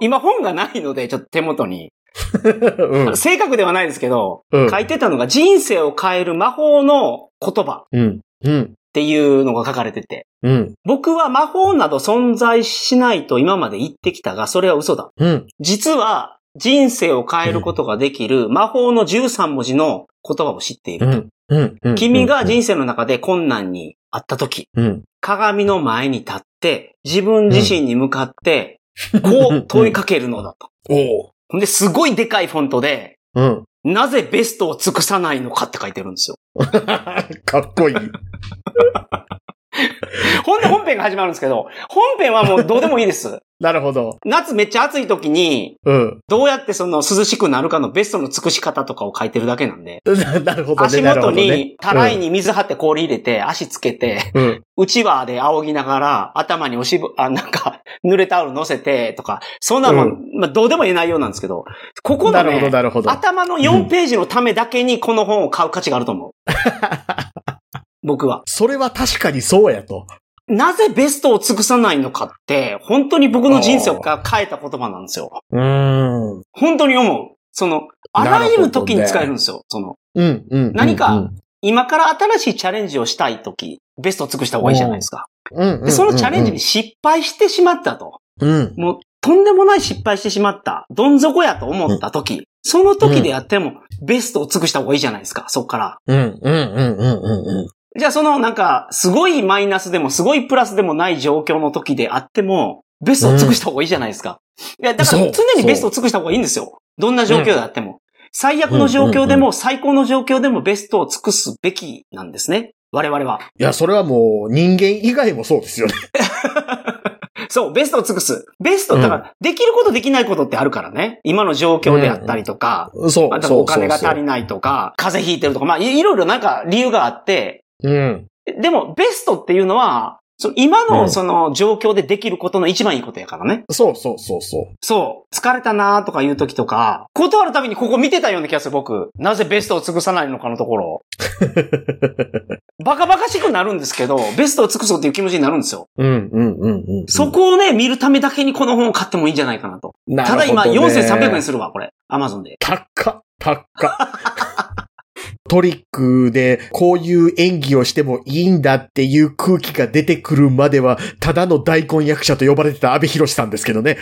Speaker 2: 今本がないので、ちょっと手元に。
Speaker 1: うん
Speaker 2: 正確ではないですけど、
Speaker 1: うん
Speaker 2: 書いてたのが人生を変える魔法の言葉っ
Speaker 1: うん。うん。
Speaker 2: ていうのが書かれてて。
Speaker 1: うん。
Speaker 2: 僕は魔法など存在しないと今まで言ってきたが、それは嘘だ。
Speaker 1: うん。
Speaker 2: 実は、人生を変えることができる魔法の13文字の言葉を知っている。
Speaker 1: うん。うん。うん。
Speaker 2: 君が人生の中で困難にあった時、
Speaker 1: うん。
Speaker 2: 鏡の前に立って、自分自身に向かって、こう問いかけるのだと。
Speaker 1: おう。
Speaker 2: ほんで、すごいでかいフォントで、
Speaker 1: うん。
Speaker 2: なぜベストを尽くさないのかって書いてるんですよ。
Speaker 1: かっこいい。
Speaker 2: ほんで本編が始まるんですけど、本編はもうどうでもいいです。
Speaker 1: なるほど。
Speaker 2: 夏めっちゃ暑い時に、
Speaker 1: うん。
Speaker 2: どうやってその涼しくなるかのベストの尽くし方とかを書いてるだけなんで、
Speaker 1: ななるほどね。
Speaker 2: 足
Speaker 1: なるほ
Speaker 2: 元
Speaker 1: どね
Speaker 2: に、たらい。に水張って氷入れて、足つけて、
Speaker 1: うん。
Speaker 2: うちわで仰ぎながら、頭におしぶ、あ、なんか、濡れタオル乗せて、とか、そんなの、
Speaker 1: う
Speaker 2: まあ、どうでも言えないようなんですけど、ここ
Speaker 1: な
Speaker 2: の
Speaker 1: るほど、
Speaker 2: ね、
Speaker 1: なるほど。
Speaker 2: 頭の4ページのためだけにこの本を買う価値がある と思う。僕は。
Speaker 1: それは確かにそうやと。
Speaker 2: なぜベストを尽くさないのかって、本当に僕の人生が変えた言葉なんですよ。
Speaker 1: うーん。
Speaker 2: 本当に思う。その、あらゆる時に使えるんですよ。その、
Speaker 1: うん、うん。
Speaker 2: 何か
Speaker 1: うん
Speaker 2: 今から新しいチャレンジをしたいとき、ベストを尽くした方がいいじゃないですか。
Speaker 1: うんうん。
Speaker 2: で、そのチャレンジに
Speaker 1: し
Speaker 2: 失敗してしまったと。
Speaker 1: うん。
Speaker 2: もう、とんでもない失敗してしまった。どん底やと思ったとき、その時でやっても、ベストを尽くした方がいいじゃないですか、そっから。
Speaker 1: うん、うん、うん、うん、うん。
Speaker 2: じゃあ、そのなんか、すごいマイナスでも、すごいプラスでもない状況の時であっても、ベストを尽くした方がいいじゃないですか。いや、だから
Speaker 1: そう
Speaker 2: 常にベストを尽くした方がいいんですよ。どんな状況であっても。最悪の状況で
Speaker 1: うんうん
Speaker 2: も、最高の状況でもベストを尽くすべきなんですね。我々は。
Speaker 1: いや、それはもう人間以外もそうですよね。
Speaker 2: そう、ベストを尽くす。ベスト、
Speaker 1: うん
Speaker 2: だから、できることできないことってあるからね。今の状況であったりとか、
Speaker 1: そう、そう、
Speaker 2: あと
Speaker 1: そう。
Speaker 2: お金が足りないとか、風邪ひいてるとか、まあ、いいろいろなんか理由があって、
Speaker 1: うん。
Speaker 2: でも、ベストっていうのは、そう今
Speaker 1: う
Speaker 2: の
Speaker 1: ん
Speaker 2: その状況でできることの一番いいことやからね。
Speaker 1: そう、そう、そう、そ
Speaker 2: そう。疲れたなーとかいう時とか、断るたびにここ見てたような気がする、僕。なぜベストを尽くさないのかのと ころ。バカバカしくなるんですけど、ベストを尽くそうっていう気持ちになるんですよ。
Speaker 1: う。うん、うん、うん、うん。
Speaker 2: そこをね、見るためだけにこの本を買ってもいいんじゃないかなと。
Speaker 1: なる
Speaker 2: た
Speaker 1: ほど
Speaker 2: だ
Speaker 1: ね
Speaker 2: 今、4300円するわ、これ。アマゾンで。
Speaker 1: 高っ、高っ。 トリックでこういう演技をしてもいいんだっていう空気が出てくるまでは、ただの大根役者と呼ばれてた安部博さんですけどね。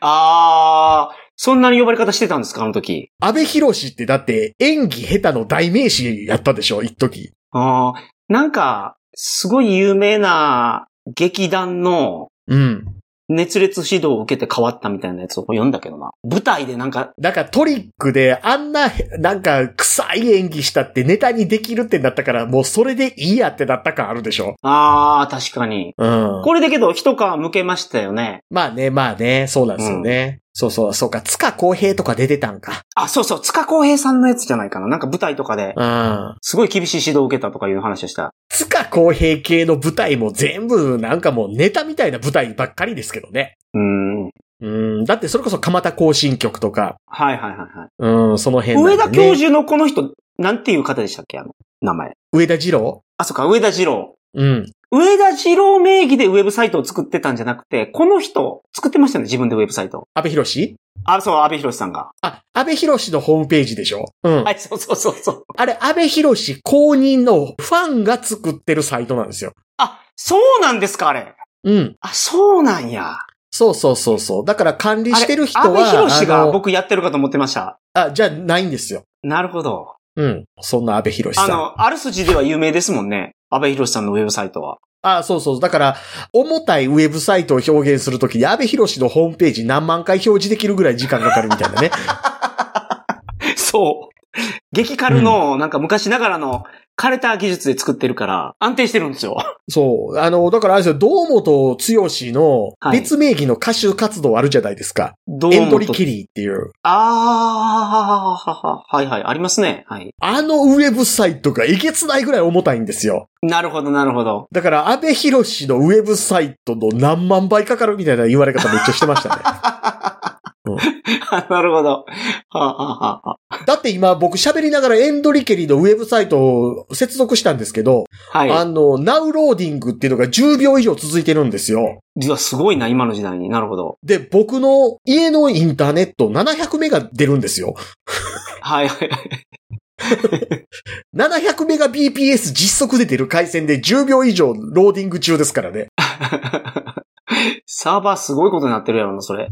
Speaker 2: あー、そんなに呼ばれ方してたんですか、あの時。
Speaker 1: 安部博ってだって演技下手の代名詞やったでしょ、一時。
Speaker 2: あー、なんか、すごい有名な劇団の
Speaker 1: うん。
Speaker 2: 熱烈指導を受けて変わったみたいなやつを読んだけどな。舞台でなんか、
Speaker 1: なんかトリックであんな、なんか、く臭い演技したってネタにできるってなったから、もうそれでいいやってなった感あるでしょ。
Speaker 2: ああ、確かに。
Speaker 1: うん。
Speaker 2: これだけど、一皮向けましたよね。
Speaker 1: まあね、まあね、そうなんですよね。そうそう、そうか、塚公平とか出てたんか。
Speaker 2: あ、そうそう、塚公平さんのやつじゃないかな。なんか舞台とかで、
Speaker 1: うん。
Speaker 2: すごい厳しい指導を受けたとかいう話でした。
Speaker 1: 塚公平系の舞台も全部なんかもうネタみたいな舞台ばっかりですけどね。
Speaker 2: うーん。はい
Speaker 1: うん。だってそれこそ蒲田行進曲とか、
Speaker 2: はいはいは
Speaker 1: うん、その
Speaker 2: い。
Speaker 1: 辺な
Speaker 2: 上
Speaker 1: んで
Speaker 2: 田
Speaker 1: ね
Speaker 2: 教授のこの人、なんていう方でしたっけあの、名前。
Speaker 1: 上田二郎
Speaker 2: あ、そっか、上田二郎。
Speaker 1: うん。
Speaker 2: 上田二郎名義でウェブサイトを作ってたんじゃなくて、この人、作ってましたよね、自分でウェブサイト。
Speaker 1: 安倍博士
Speaker 2: あ、そう、安部博さんが。
Speaker 1: あ、安倍博士のホームページでしょうん。
Speaker 2: はい、そうそうそうそう。
Speaker 1: あれ、安倍博士公認のファンが作ってるサイトなんですよ。
Speaker 2: あ、そうなんですか、あれ。
Speaker 1: うん。
Speaker 2: あ、そうなんや。
Speaker 1: そうそうそうそう。だから管理してる人は、
Speaker 2: 安倍博士
Speaker 1: あ
Speaker 2: が
Speaker 1: の
Speaker 2: 僕やってるかと思ってました。
Speaker 1: あ、じゃないんですよ。
Speaker 2: なるほど。
Speaker 1: うん。そんな安倍博士さ
Speaker 2: あ
Speaker 1: ん。
Speaker 2: の、ある筋では有名ですもんね。安倍博士さんのウェブサイ トは。
Speaker 1: あそうそう。だから、重たいウェブサイトを表現するときに、安倍博士のホームページ何万回表示できるぐらい時間かかるみたいな ね。
Speaker 2: そう。激軽の、なんか昔ながらの枯れた技術で作ってるから、安定してるんですよ。
Speaker 1: そう。あの、だからあれですよ、堂本剛の
Speaker 2: はい
Speaker 1: 別名義の歌手活動あるじゃないですか。
Speaker 2: どう も
Speaker 1: エントリーキリーっていう。
Speaker 2: あー、はいはい、ありますね。はい。
Speaker 1: あのウェブサイトがえげつないぐらい重たいんですよ。
Speaker 2: なるほど、なるほど。
Speaker 1: だから、安倍博士のウェブサイトの何万倍かかるみたいな言われ方めっちゃしてましたね。
Speaker 2: なるほど。はあ、はあはあは
Speaker 1: だって今僕喋りながらエンドリケリのウェブサイトを接続したんですけど、
Speaker 2: あ、は
Speaker 1: あの、ナウローディングっていうのが10秒以上続いてるんですよ。
Speaker 2: い。いや、すごいな、今の時代に。なるほど。
Speaker 1: で、僕の家のインターネット700メガ出るんですよ。
Speaker 2: はいはい。
Speaker 1: 700メガ BPS 実測で出る回線で10秒以上ローディング中ですからね。
Speaker 2: サーバーすごいことになってるやろな、それ。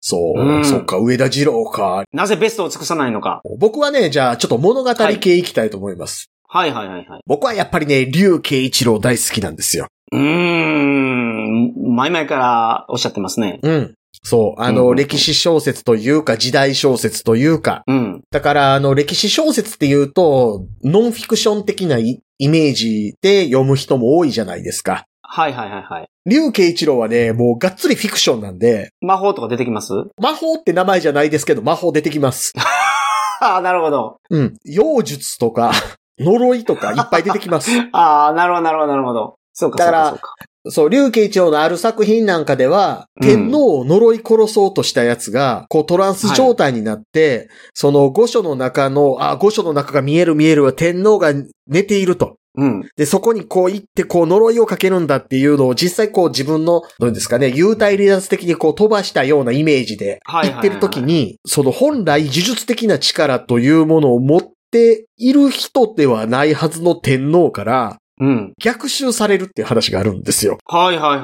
Speaker 1: そう、
Speaker 2: うん
Speaker 1: そっか、上田二郎か。
Speaker 2: なぜベストを尽くさないのか。
Speaker 1: 僕はね、じゃあちょっと物語系いきたいと思います。
Speaker 2: はいはいはいはい。
Speaker 1: 僕はやっぱりね、竜慶一郎大好きなんですよ。
Speaker 2: うーん。前々からおっしゃってますね。
Speaker 1: うん。そう。あ
Speaker 2: うんうん
Speaker 1: の、
Speaker 2: うん
Speaker 1: 歴史小説というか、時代小説というか。
Speaker 2: うん。
Speaker 1: だから、あの、歴史小説っていうと、ノンフィクション的ないイメージで読む人も多いじゃないですか。
Speaker 2: はいはいはいはい。
Speaker 1: 竜慶一郎はね、もうがっつりフィクションなんで、
Speaker 2: 魔法とか出てきます
Speaker 1: 魔法って名前じゃないですけど、魔法出てき ます。
Speaker 2: ああ、なるほど。
Speaker 1: うん。妖術とか、 呪いとかいっぱい出てきます。
Speaker 2: ああ、なるほどなるほどなるほど。そうか、
Speaker 1: だ
Speaker 2: そう
Speaker 1: から
Speaker 2: か、そうか。
Speaker 1: そう、竜慶一郎のある作品なんかでは、
Speaker 2: うん
Speaker 1: 天皇を呪い殺そうとしたやつが、こうトランス状態になって、その御所の中の、あ、御所の中が見える見えるは天皇が寝ていると。
Speaker 2: うん。
Speaker 1: で、そこにこう行ってこう呪いをかけるんだっていうのを実際こう自分の、どういうんですかね、幽体離脱的にこう飛ばしたようなイメージで
Speaker 2: はいはいはいはい
Speaker 1: 行ってる時に、その本来呪術的な力というものを持っている人ではないはずの天皇から
Speaker 2: うん。
Speaker 1: 逆襲されるっていう話があるんですよ。
Speaker 2: はいはいはいはい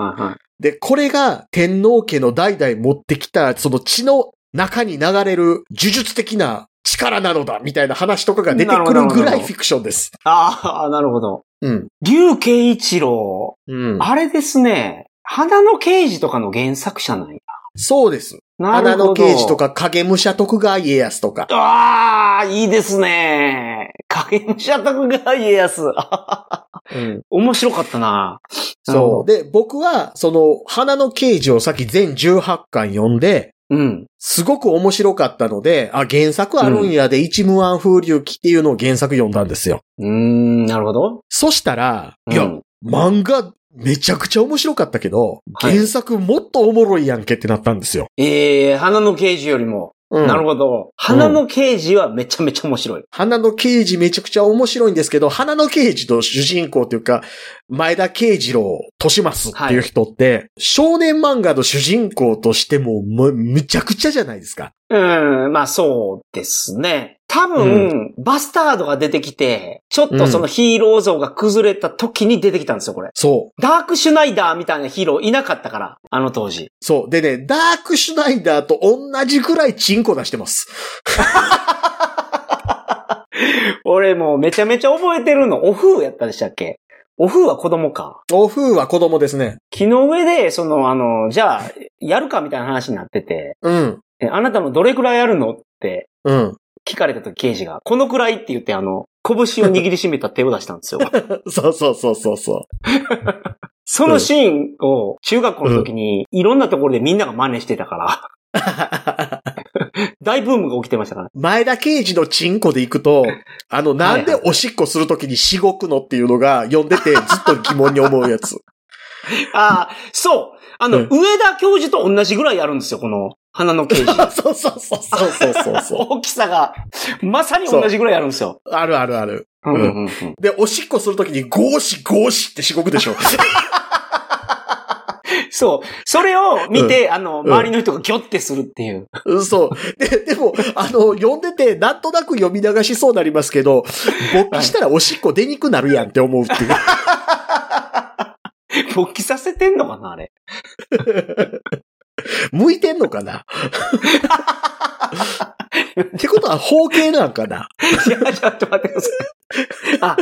Speaker 2: はいはい。
Speaker 1: で、これが天皇家の代々持ってきた、その血の中に流れる呪術的な力なのだ、みたいな話とかが出てくるぐらいフィクションです。
Speaker 2: ああ、なるほど。
Speaker 1: うん。
Speaker 2: 竜慶一郎。
Speaker 1: うん。
Speaker 2: あれですね。花の刑事とかの原作者なんや。
Speaker 1: そうです。
Speaker 2: な
Speaker 1: 花
Speaker 2: るほ
Speaker 1: の
Speaker 2: ど。
Speaker 1: 刑事と。か、影武者徳川家康とか。
Speaker 2: ああ、いいですね。影武者徳川家康。
Speaker 1: うん。
Speaker 2: 面白かったな。
Speaker 1: そう。で、僕は、その、花の刑事をさっき全18巻読んで、
Speaker 2: う。うん。
Speaker 1: すごく面白かったので、あ、原作あるんやで、一無暗風流記っていうのを原作読んだんですよ。
Speaker 2: うーん、なるほど。
Speaker 1: そしたら、
Speaker 2: うん
Speaker 1: いや、漫画めちゃくちゃ面白かったけど、
Speaker 2: はい
Speaker 1: 原作もっとおもろいやんけってなったんですよ。
Speaker 2: えー、花の刑事よりも。
Speaker 1: うん
Speaker 2: なるほど。花の刑事はめちゃめちゃ面白い。
Speaker 1: 花の刑事めちゃくちゃ面白いんですけど、花の刑事と主人公というか、前田慶次郎、としますっていう人って、少年漫画の主人公としても、む、むちゃくちゃじゃないですか。
Speaker 2: うん、まあそうですね。多分、バスタードが出てきて、ちょっとそのヒーロー像が崩れた時に出てきたんですよ、これ。
Speaker 1: そう。
Speaker 2: ダークシュナイダーみたいなヒーローいなかったから、あの当時。
Speaker 1: そう。でね、ダークシュナイダーと同じくらいチンコ出してます。
Speaker 2: 俺もうめちゃめちゃ覚えてるの。お風やったでしたっけお風は子供か。
Speaker 1: お風は子供ですね。
Speaker 2: 木の上で、その、あの、じゃあ、やるかみたいな話になってて、
Speaker 1: うん。
Speaker 2: えあなたのどれくらいやるのって、
Speaker 1: うん。
Speaker 2: 聞かれた時刑事が、このくらいって言って、あの、拳を握りしめた手を出したんです よ。
Speaker 1: そうそうそうそうそ
Speaker 2: そのシーンを中学校の時にいろんなところでみんなが真似してたから、
Speaker 1: う。
Speaker 2: 大ブームが起きてましたから。
Speaker 1: 前田刑事のチンコで行くと、あの、なんでおしっこするときにしごくのっていうのが読んでてずっと疑問に思うやつ。
Speaker 2: ああ、そう。あの、
Speaker 1: うん
Speaker 2: 上田教授と同じぐらいあるんですよ、この花の刑事。
Speaker 1: そうそうそうそうそうそうそう。
Speaker 2: 大きさが、まさに同じぐらいあるんですよ。
Speaker 1: あるあるある。
Speaker 2: うんうんうんうん
Speaker 1: で、おしっこするときにゴーシゴーシってしごくでしょ。
Speaker 2: そう。それを見て、あの、周りの人がギョってするっていう。
Speaker 1: うんそう。で、でも、あの、読んでて、なんとなく読み流しそうになりますけど、勃起したらおしっこ出にくなるやんって思うっていう。
Speaker 2: 勃起させてんのかな、あれ。
Speaker 1: 向いてんのかな ってことは、方形なんかない
Speaker 2: や、ちょっと待ってください。あ、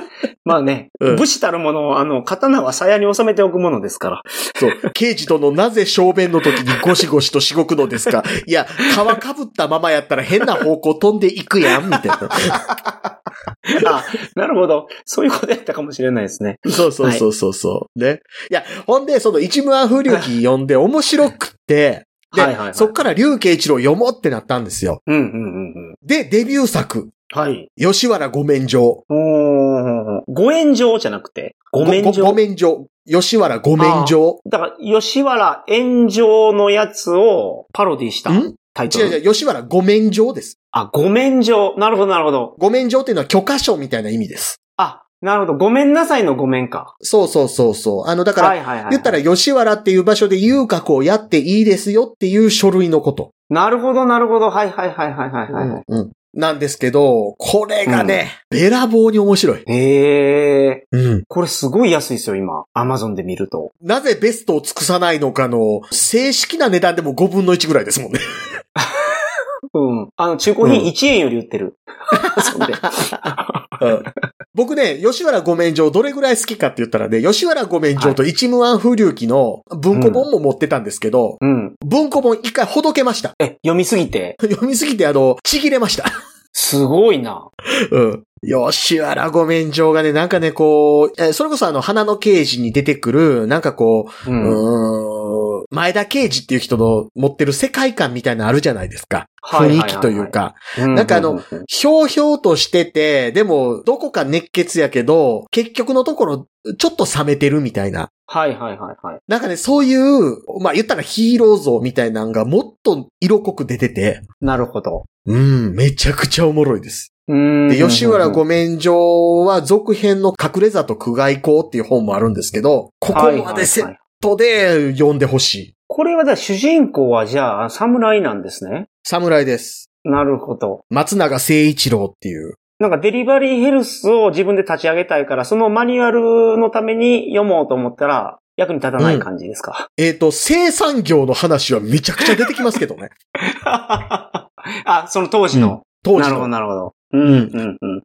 Speaker 2: まあね、
Speaker 1: うん
Speaker 2: 武士たるものを、あの、刀は鞘に収めておくものですから。
Speaker 1: そう。刑事殿なぜ小便の時にゴシゴシとしごくのですかいや、皮かぶったままやったら変な方向飛んでいくやん、みたいな。
Speaker 2: あ、なるほど。そういうことやったかもしれないですね。
Speaker 1: そうそうそうそうそう。ね。いや、ほんで、その一無風流記読んで面白くって、で、
Speaker 2: はいはいはい
Speaker 1: そっから竜慶一郎読もうってなったんですよ。
Speaker 2: うんうんうんうん。
Speaker 1: で、デビュー作、
Speaker 2: はい。
Speaker 1: 吉原御免状。
Speaker 2: おーご炎上じゃなくて、ご免
Speaker 1: ごご
Speaker 2: 上
Speaker 1: 御。免状。吉原御免状。
Speaker 2: だから、吉原炎上のやつをパロディした
Speaker 1: ん
Speaker 2: タイト
Speaker 1: 違う
Speaker 2: ル。
Speaker 1: 違う、吉原御免状です。
Speaker 2: あ、ご免上。なるほど、なるほど。
Speaker 1: 御免状っていうのは許可証みたいな意味です。
Speaker 2: あ、なるほど。ごめんなさいのごめんか。
Speaker 1: そうそうそうそう。あの、だから、
Speaker 2: はいはいはい。
Speaker 1: 言ったら吉原っていう場所で遊郭をやっていいですよっていう書類のこと。
Speaker 2: なるほど、なるほど。はいはいはいはいはいはい。
Speaker 1: うんなんですけど、これがね、べらぼうに面白い。
Speaker 2: へえ。
Speaker 1: うん。
Speaker 2: これすごい安いですよ、今。アマゾンで見ると。
Speaker 1: なぜベストを尽くさないのかの、正式な値段でも5分の1ぐらいです もんね。
Speaker 2: うん。あの、中古
Speaker 1: うん
Speaker 2: 品1円より売ってる。 そうで。
Speaker 1: うん僕ね、吉原御免状どれぐらい好きかって言ったらね、吉原御免状と一無安風流記の文庫本も持ってたんですけど、
Speaker 2: うん。
Speaker 1: 文庫本一回ほどけました。
Speaker 2: え、読みすぎて。
Speaker 1: 読みすぎてあの、ちぎれました。
Speaker 2: すごいな。
Speaker 1: うん。吉原御免状がね、なんかね、こう、えそれこそあの、花の刑事に出てくる、なんかこう、
Speaker 2: う。
Speaker 1: うんーん、前田刑事っていう人の持ってる世界観みたいなのあるじゃないですか。
Speaker 2: はい
Speaker 1: 雰
Speaker 2: はい
Speaker 1: 囲
Speaker 2: はいはい
Speaker 1: 気というか。
Speaker 2: な
Speaker 1: なんかあの、ひょうひょうとしてて、でも、どこか熱血やけど、結局のところ、ちょっと冷めてるみたいな。
Speaker 2: はいはいはいはい。
Speaker 1: なんかね、そういう、まあ言ったらヒーロー像みたいなのがもっと色濃く出てて、
Speaker 2: なるほど。
Speaker 1: うん、めちゃくちゃおもろいです。
Speaker 2: うーん。
Speaker 1: で、吉原
Speaker 2: ご
Speaker 1: 御免状は続編の隠れ里苦外公っていう本もあるんですけど、ここまでセットで読んでほしい。
Speaker 2: これはだ、主人公はじゃあ、侍なんですね。
Speaker 1: 侍です。
Speaker 2: なるほど。
Speaker 1: 松永誠一郎っていう。
Speaker 2: なんかデリバリーヘルスを自分で立ち上げたいから、そのマニュアルのために読もうと思ったら、役に立たない感じですか。
Speaker 1: えっ、と、生産業の話はめちゃくちゃ出てきますけど ね。
Speaker 2: あ、その当時の。
Speaker 1: 当
Speaker 2: な
Speaker 1: 時
Speaker 2: るほ
Speaker 1: の。
Speaker 2: ど、なるほど。うん、うん、うん、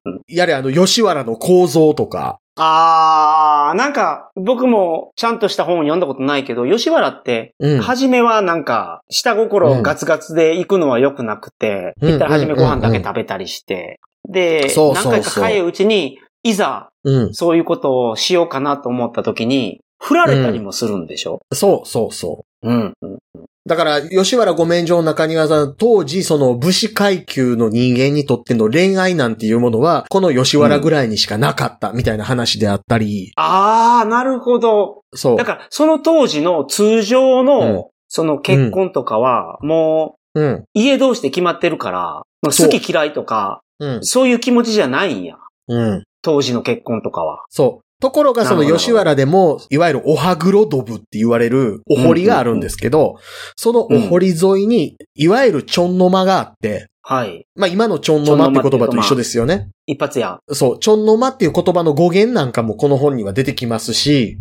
Speaker 2: うん。
Speaker 1: やれあの、吉原の構造とか。
Speaker 2: あー、なんか、僕もちゃんとした本を読んだことないけど、吉原って、
Speaker 1: うん。
Speaker 2: 初めはなんか、下心ガツガツで行くのは良くなくて、
Speaker 1: うん
Speaker 2: 一旦初めご飯だけ食べたりして、で、
Speaker 1: そうそう
Speaker 2: 何
Speaker 1: そう
Speaker 2: 回か帰るうちに、いざ、
Speaker 1: うん。
Speaker 2: そういうことをしようかなと思った時に、振られたりもするんでしょ
Speaker 1: そうそうそ
Speaker 2: うん。
Speaker 1: う。だから、吉原御免状の中庭さん、当時、その武士階級の人間にとっての恋愛なんていうものは、この吉原ぐらいにしかなかった、みたいな話であったり、
Speaker 2: あー、なるほど。
Speaker 1: そう。
Speaker 2: だから、その当時の通常の、
Speaker 1: うん
Speaker 2: その結婚とかは、もう、
Speaker 1: うん。
Speaker 2: 家同士で決まってるから、もう
Speaker 1: そう
Speaker 2: 好き嫌いとか、
Speaker 1: うん。
Speaker 2: そういう気持ちじゃないんや。
Speaker 1: うん。
Speaker 2: 当時の結婚とかは。
Speaker 1: そう。ところが、その
Speaker 2: なるほど
Speaker 1: 吉原でも、いわゆるおはぐろドブって言われるお堀があるんですけど、そのお堀沿いに、いわゆるちょんの間があって、
Speaker 2: はい。
Speaker 1: まあ今のちょんの間って言葉と一緒ですよね。
Speaker 2: 一発や。
Speaker 1: そう、ちょんの間っていう言葉の語源なんかもこの本には出てきますし、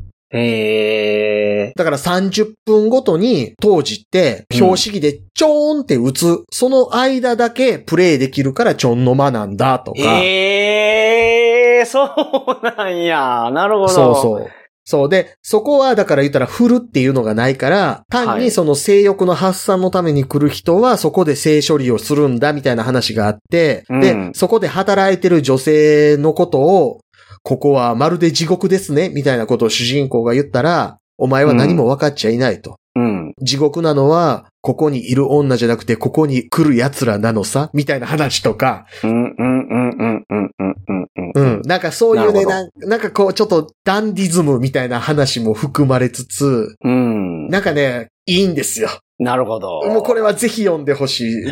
Speaker 2: へー。
Speaker 1: だから30分ごとに当時って標識でちょーんって打つ、その間だけプレイできるからちょんの間なんだとか、
Speaker 2: へえー、そうなんや。なるほど。
Speaker 1: そうそう。そうで、そこはだから言ったら振るっていうのがないから、単
Speaker 2: は
Speaker 1: に
Speaker 2: い
Speaker 1: その性欲の発散のために来る人はそこで性処理をするんだみたいな話があって、
Speaker 2: うん
Speaker 1: で、そこで働いてる女性のことを、ここはまるで地獄ですね、みたいなことを主人公が言ったら、お前は何も分かっちゃいないと。
Speaker 2: うん。
Speaker 1: 地獄なのは、ここにいる女じゃなくて、ここに来る奴らなのさ、みたいな話とか、
Speaker 2: うん、うん、うん、うん、うん、うん、うんうん。
Speaker 1: うん。なんかそういうね、
Speaker 2: な
Speaker 1: ななんかこう、ちょっとダンディズムみたいな話も含まれつつ、
Speaker 2: うん。
Speaker 1: なんかね、いいんですよ。
Speaker 2: なるほど。
Speaker 1: もうこれはぜひ読んでほしい。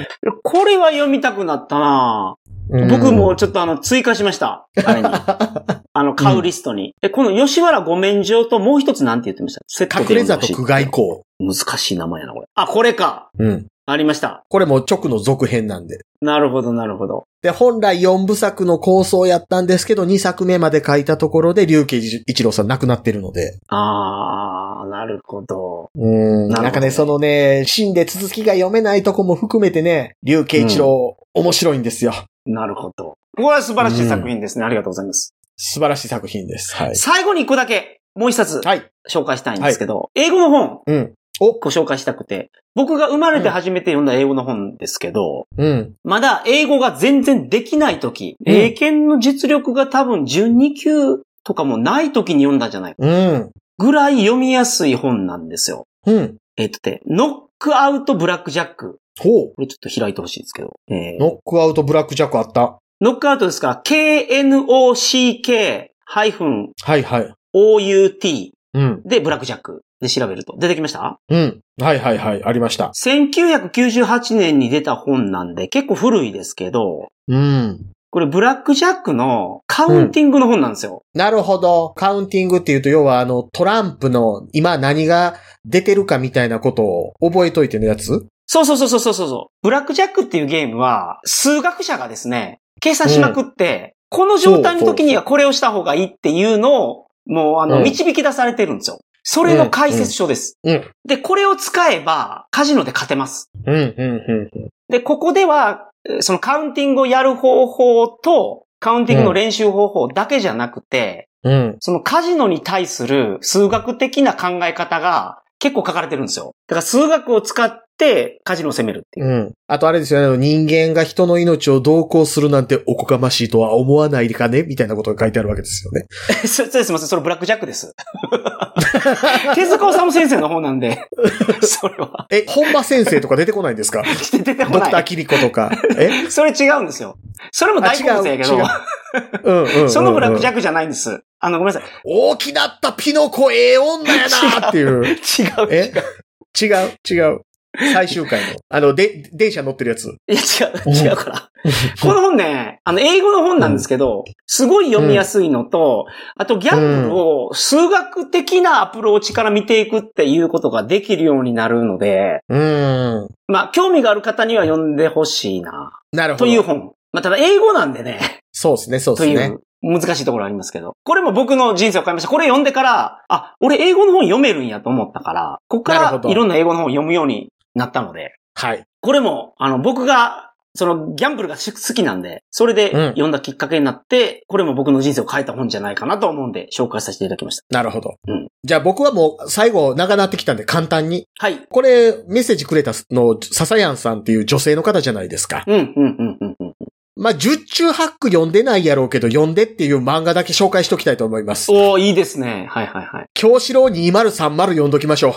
Speaker 2: これは読みたくなったな僕もちょっとあの、追加しました。あれに。あの、買うリストに。で、この吉原御免状ともう一つなんて言ってましたセットで
Speaker 1: 隠れ里区外
Speaker 2: 校。
Speaker 1: 交。
Speaker 2: 難しい名前やな、これ。あ、これか。
Speaker 1: うん。
Speaker 2: ありました。
Speaker 1: これも直の続編なんで。
Speaker 2: なるほど、なるほど。
Speaker 1: で、本来4部作の構想やったんですけど、2作目まで書いたところで、竜慶一郎さん亡くなってるので。
Speaker 2: あー、なるほど。
Speaker 1: うん。
Speaker 2: なるほど
Speaker 1: なんかね、そのね、死んで続きが読めないとこも含めてね、竜慶一郎、面白いんですよ。
Speaker 2: なるほど。これは素晴らしい作品ですね。ありがとうございます。
Speaker 1: 素晴らしい作品です。はい。
Speaker 2: 最後に一個だけ、もう一冊、
Speaker 1: はい。
Speaker 2: 紹介したいんですけど、英語の本、
Speaker 1: うん。お、
Speaker 2: ご紹介したくて、僕が生まれて初めて読んだ英語の本ですけど、
Speaker 1: うん。
Speaker 2: まだ英語が全然できない時、
Speaker 1: うん
Speaker 2: 英検の実力が多分12級とかもない時に読んだんじゃないか
Speaker 1: うん。
Speaker 2: ぐらい読みやすい本なんですよ。
Speaker 1: うん。
Speaker 2: えっとね、ノックアウトブラックジャック。
Speaker 1: ほう。
Speaker 2: これちょっと開いてほしいんですけど。えー
Speaker 1: ノックアウトブラックジャックあった。
Speaker 2: ノックアウトですから、KNOCK-OUT
Speaker 1: はいはい。うん。
Speaker 2: でブラックジャックで調べると。出てきました
Speaker 1: うん。はいはいはい。ありました。
Speaker 2: ?1998 年に出た本なんで結構古いですけど、
Speaker 1: うん。
Speaker 2: これブラックジャックのカウンティングの本なんですよ。
Speaker 1: なるほど。カウンティングっていうと、要はあの、トランプの今何が出てるかみたいなことを覚えといてのやつ
Speaker 2: そうそうそうそうそうそう。ブラックジャックっていうゲームは、数学者がですね、計算しまくって、この状態の時にはこれをした方がいいっていうのを、もうあの、
Speaker 1: うん
Speaker 2: 導き出されてるんですよ。それの解説書です。
Speaker 1: うん。
Speaker 2: で、これを使えば、カジノで勝てます。
Speaker 1: うん、うん、
Speaker 2: で、ここでは、えーそのカウンティングをやる方法と、カウンティングの練習方法だけじゃなくて、
Speaker 1: うん。うん。
Speaker 2: そのカジノに対する数学的な考え方が結構書かれてるんですよ。だから数学を使ってカジノを攻めるっていう。
Speaker 1: うん。あとあれですよね、あの人間が人の命を同行するなんておこがましいとは思わないかねみたいなことが書いてあるわけですよね。
Speaker 2: そ そうですいません、それブラックジャックです。 手塚治虫先生の方なん で、それは。
Speaker 1: え、本間先生とか出てこないんです か
Speaker 2: 出てこ
Speaker 1: ドクタ
Speaker 2: な
Speaker 1: ー
Speaker 2: い。
Speaker 1: キリコとか。え
Speaker 2: それ違うんですよ。それも大好物やけ
Speaker 1: あ違う違う
Speaker 2: ど、
Speaker 1: うんうんうん、うん。
Speaker 2: そのブラックジャ
Speaker 1: ック。
Speaker 2: ックじゃないんです。あの、ごめんなさい。
Speaker 1: 大きなったピノコええ女やなっていう。
Speaker 2: 違う。
Speaker 1: え違う、違う。最終回の。あの、で、電車乗ってるやつ。
Speaker 2: いや、違う、違うから。この本ね、あの、英語の本なんですけど、すごい読みやすいのと、あとギャンブルを数学的なアプローチから見ていくっていうことができるようになるので、
Speaker 1: うん。
Speaker 2: まあ、興味がある方には読んでほしいな。
Speaker 1: なるほど。
Speaker 2: という本。まあ、ただ英語なんでね、
Speaker 1: そうですね、そう
Speaker 2: と
Speaker 1: です
Speaker 2: い
Speaker 1: ね
Speaker 2: う。難しいところありますけど。これも僕の人生を変えました。これ読んでから、あ、俺英語の本読めるんやと思ったから、ここか
Speaker 1: なるほ
Speaker 2: ら
Speaker 1: ど
Speaker 2: いろんな英語の本を読むようになったので、
Speaker 1: はい。
Speaker 2: これも、あの、僕が、その、ギャンブルがし好きなんで、それで
Speaker 1: うん
Speaker 2: 読んだきっかけになって、これも僕の人生を変えた本じゃないかなと思うんで、紹介させていただきまし
Speaker 1: なるほど。
Speaker 2: うん
Speaker 1: じゃあ僕はもう最後長なってきたんで簡単に。
Speaker 2: た。はい。
Speaker 1: これメッセージくれたの、笹谷さんっていう女性の方じゃないですか。
Speaker 2: うん、うん、うん、うんうん。
Speaker 1: まあ、十中八九読んでないやろうけど、読んでっていう漫画だけ紹介しときたいと思います。
Speaker 2: おー、いいですね。はい、はい、はい。
Speaker 1: 京志郎2030読んどきましょ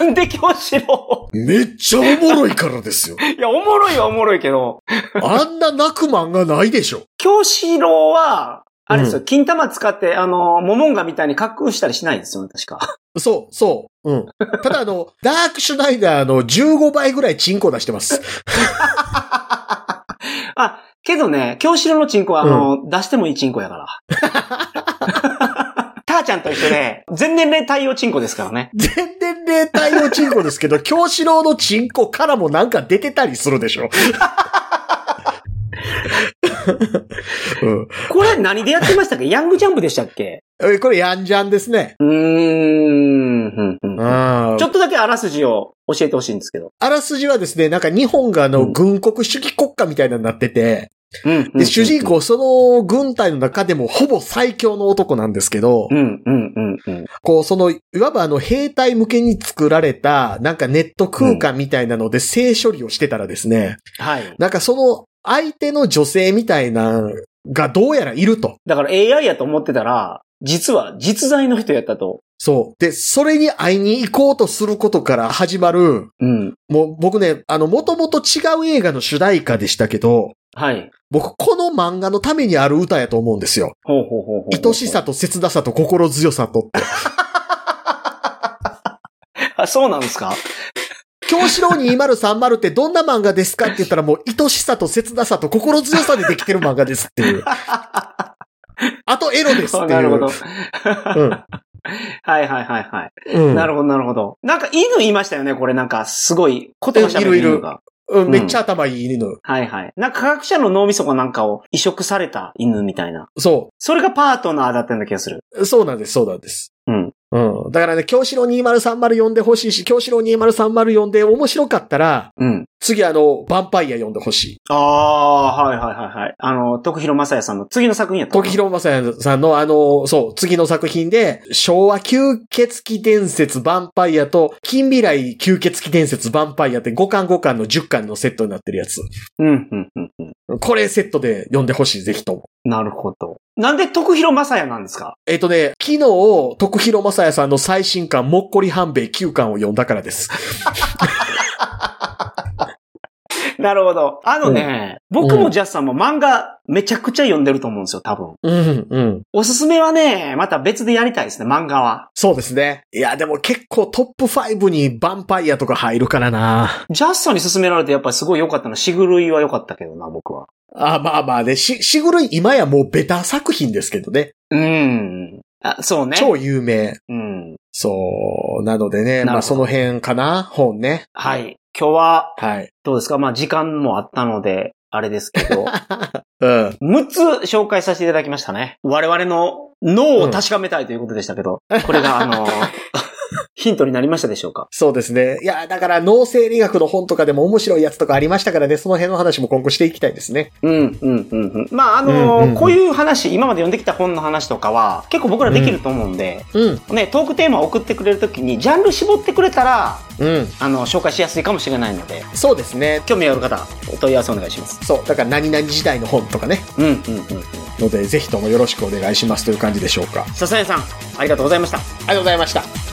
Speaker 2: なんで教師郎
Speaker 1: う。めっちゃおもろいからです よ。
Speaker 2: いや、おもろいはおもろいけど、
Speaker 1: あんな泣く漫画ないでしょ。
Speaker 2: 教師郎は、あれですよ、
Speaker 1: う
Speaker 2: 金玉使って、あの、モモンガみたいに隠したりしないですよね、確か。
Speaker 1: そう、そう。うん。ただあの、ダークシュナイダーの15倍ぐらいチンコ出してます。
Speaker 2: あ、けどね、教師郎のチンコは、あの、出してもいいチンコやから。 ターちゃんと一緒で、全年齢対応チンコですからね。
Speaker 1: 全然霊体のチンコですけ ど、京志郎のチンコからもなんか出てたりするでしょ。うん
Speaker 2: これ何でやってましたっけヤングジャンプでしたっけ
Speaker 1: え、これヤンジャンですね。
Speaker 2: うーんうんうん
Speaker 1: うん、あ
Speaker 2: ちょっとだけあらすじを教えてほしいんですけど。
Speaker 1: らすじはですね、なんか日本があの、
Speaker 2: うん
Speaker 1: 軍国主義国家みたいなのになってて、
Speaker 2: うん。うん
Speaker 1: で、主人。公、その軍隊の中でもほぼ最強の男なんですけど
Speaker 2: う、ん、うん、うん、うん。
Speaker 1: こう、その、いわばあの、兵隊向けに作られた、なんかネット空間みたいなので性処理をしてたらですね、
Speaker 2: はい。
Speaker 1: なんかその、相手の女性みたいな、がどうやらいると。
Speaker 2: だから AI やと思ってたら、実は実在の人やったと。
Speaker 1: そう。で、それに会いに行こうとすることから始まる、
Speaker 2: うん。
Speaker 1: もう僕ね、あの、もともと違う映画の主題歌でしたけど、
Speaker 2: はい。
Speaker 1: 僕、この漫画のためにある歌やと思うんですよ。
Speaker 2: ほうほうほうほう。
Speaker 1: 愛し。さと切なさと心強さとって。
Speaker 2: あ、そうなんですか
Speaker 1: 京志郎2030ってどんな漫画ですかって言ったらもう愛しさと切なさと心強さでできてる漫画ですっていう。あとエロですっていう。
Speaker 2: なるほ
Speaker 1: う
Speaker 2: ど。
Speaker 1: ん。
Speaker 2: はいはいはいはい。
Speaker 1: うん。
Speaker 2: なるほどなるほど。なんか犬いましたよね、これなんかすごい言葉喋
Speaker 1: いるいる
Speaker 2: 犬が。
Speaker 1: うんめっちゃ頭いい犬。
Speaker 2: はいはい。なんか科学者の脳みそかなんかを移植された犬みたいな。
Speaker 1: そ
Speaker 2: それがパートナーだったような気がする。
Speaker 1: う。そうなんです、そうなんです。
Speaker 2: うん。
Speaker 1: うん。だからね、京志郎2030読んでほしいし、京志郎2030読んで面白かったら、
Speaker 2: うん。
Speaker 1: 次あの、ヴァンパイア読んでほしい。
Speaker 2: ああ、はいはいはいはい。あの、徳弘正也さんの次の作品やったかな。
Speaker 1: 時広正也さんのあの、そう、次の作品で、昭和吸血鬼伝説ヴァンパイアと、近未来吸血鬼伝説ヴァンパイアって5巻5巻の10巻のセットになってるやつ。
Speaker 2: うん、うん、うん、うん。
Speaker 1: これセットで読んでほしい、ぜひとも。
Speaker 2: なるほど。なんで徳弘正也なんですか
Speaker 1: えっ、とね、昨日、徳広正也さんの最新巻、もっこり半兵衛9巻を読んだからです。
Speaker 2: なるほど。あのね、僕もジャスさんも漫画めちゃくちゃ読んでると思うんですよ、多分。
Speaker 1: うん、うん。
Speaker 2: おすすめはね、また別でやりたいですね、漫画は。
Speaker 1: そうですね。いや、でも結構トップ5にヴァンパイアとか入るからな。
Speaker 2: ジャスさんに勧められてやっぱりすごい良かったの。しぐるいは良かったけどな、僕は。
Speaker 1: あ、まあまあね、し、しぐるい今やもうベタ作品ですけどね。
Speaker 2: うん。あ、そうね。
Speaker 1: 超有名。
Speaker 2: うん。
Speaker 1: そう。なのでね、
Speaker 2: なるほど
Speaker 1: まあその辺かな本ね。
Speaker 2: は。い。今日は、
Speaker 1: はい。
Speaker 2: どうですかまあ時間もあったので、あれですけ ど。
Speaker 1: うん。
Speaker 2: 6つ紹介させていただきましたね。我々の脳を確かめたいということでしたけど、これがあ の、ヒントになりましたでしょうか
Speaker 1: そうですね。いや、だから脳生理学の本とかでも面白いやつとかありましたからね、その辺の話も今後していきたいですね。
Speaker 2: うん、うん、うん、うん。まあ、あの
Speaker 1: うんうんうん
Speaker 2: こういう話、今まで読んできた本の話とかは、結構僕らできると思うんで、
Speaker 1: うん。
Speaker 2: ね、トークテーマを送ってくれるときに、ジャンル絞ってくれたら、
Speaker 1: うん。
Speaker 2: あの、紹介しやすいかもしれないので、
Speaker 1: そうですね。
Speaker 2: 興味ある方、お問い合わせお願いします。
Speaker 1: そう。だから何々時代の本とかね。
Speaker 2: うん、うん、うん。うん
Speaker 1: ので、ぜひともよろしくお願いしますという感じでしょうか。あり
Speaker 2: 笹谷さん、ありがとうございました。
Speaker 1: がとうございました。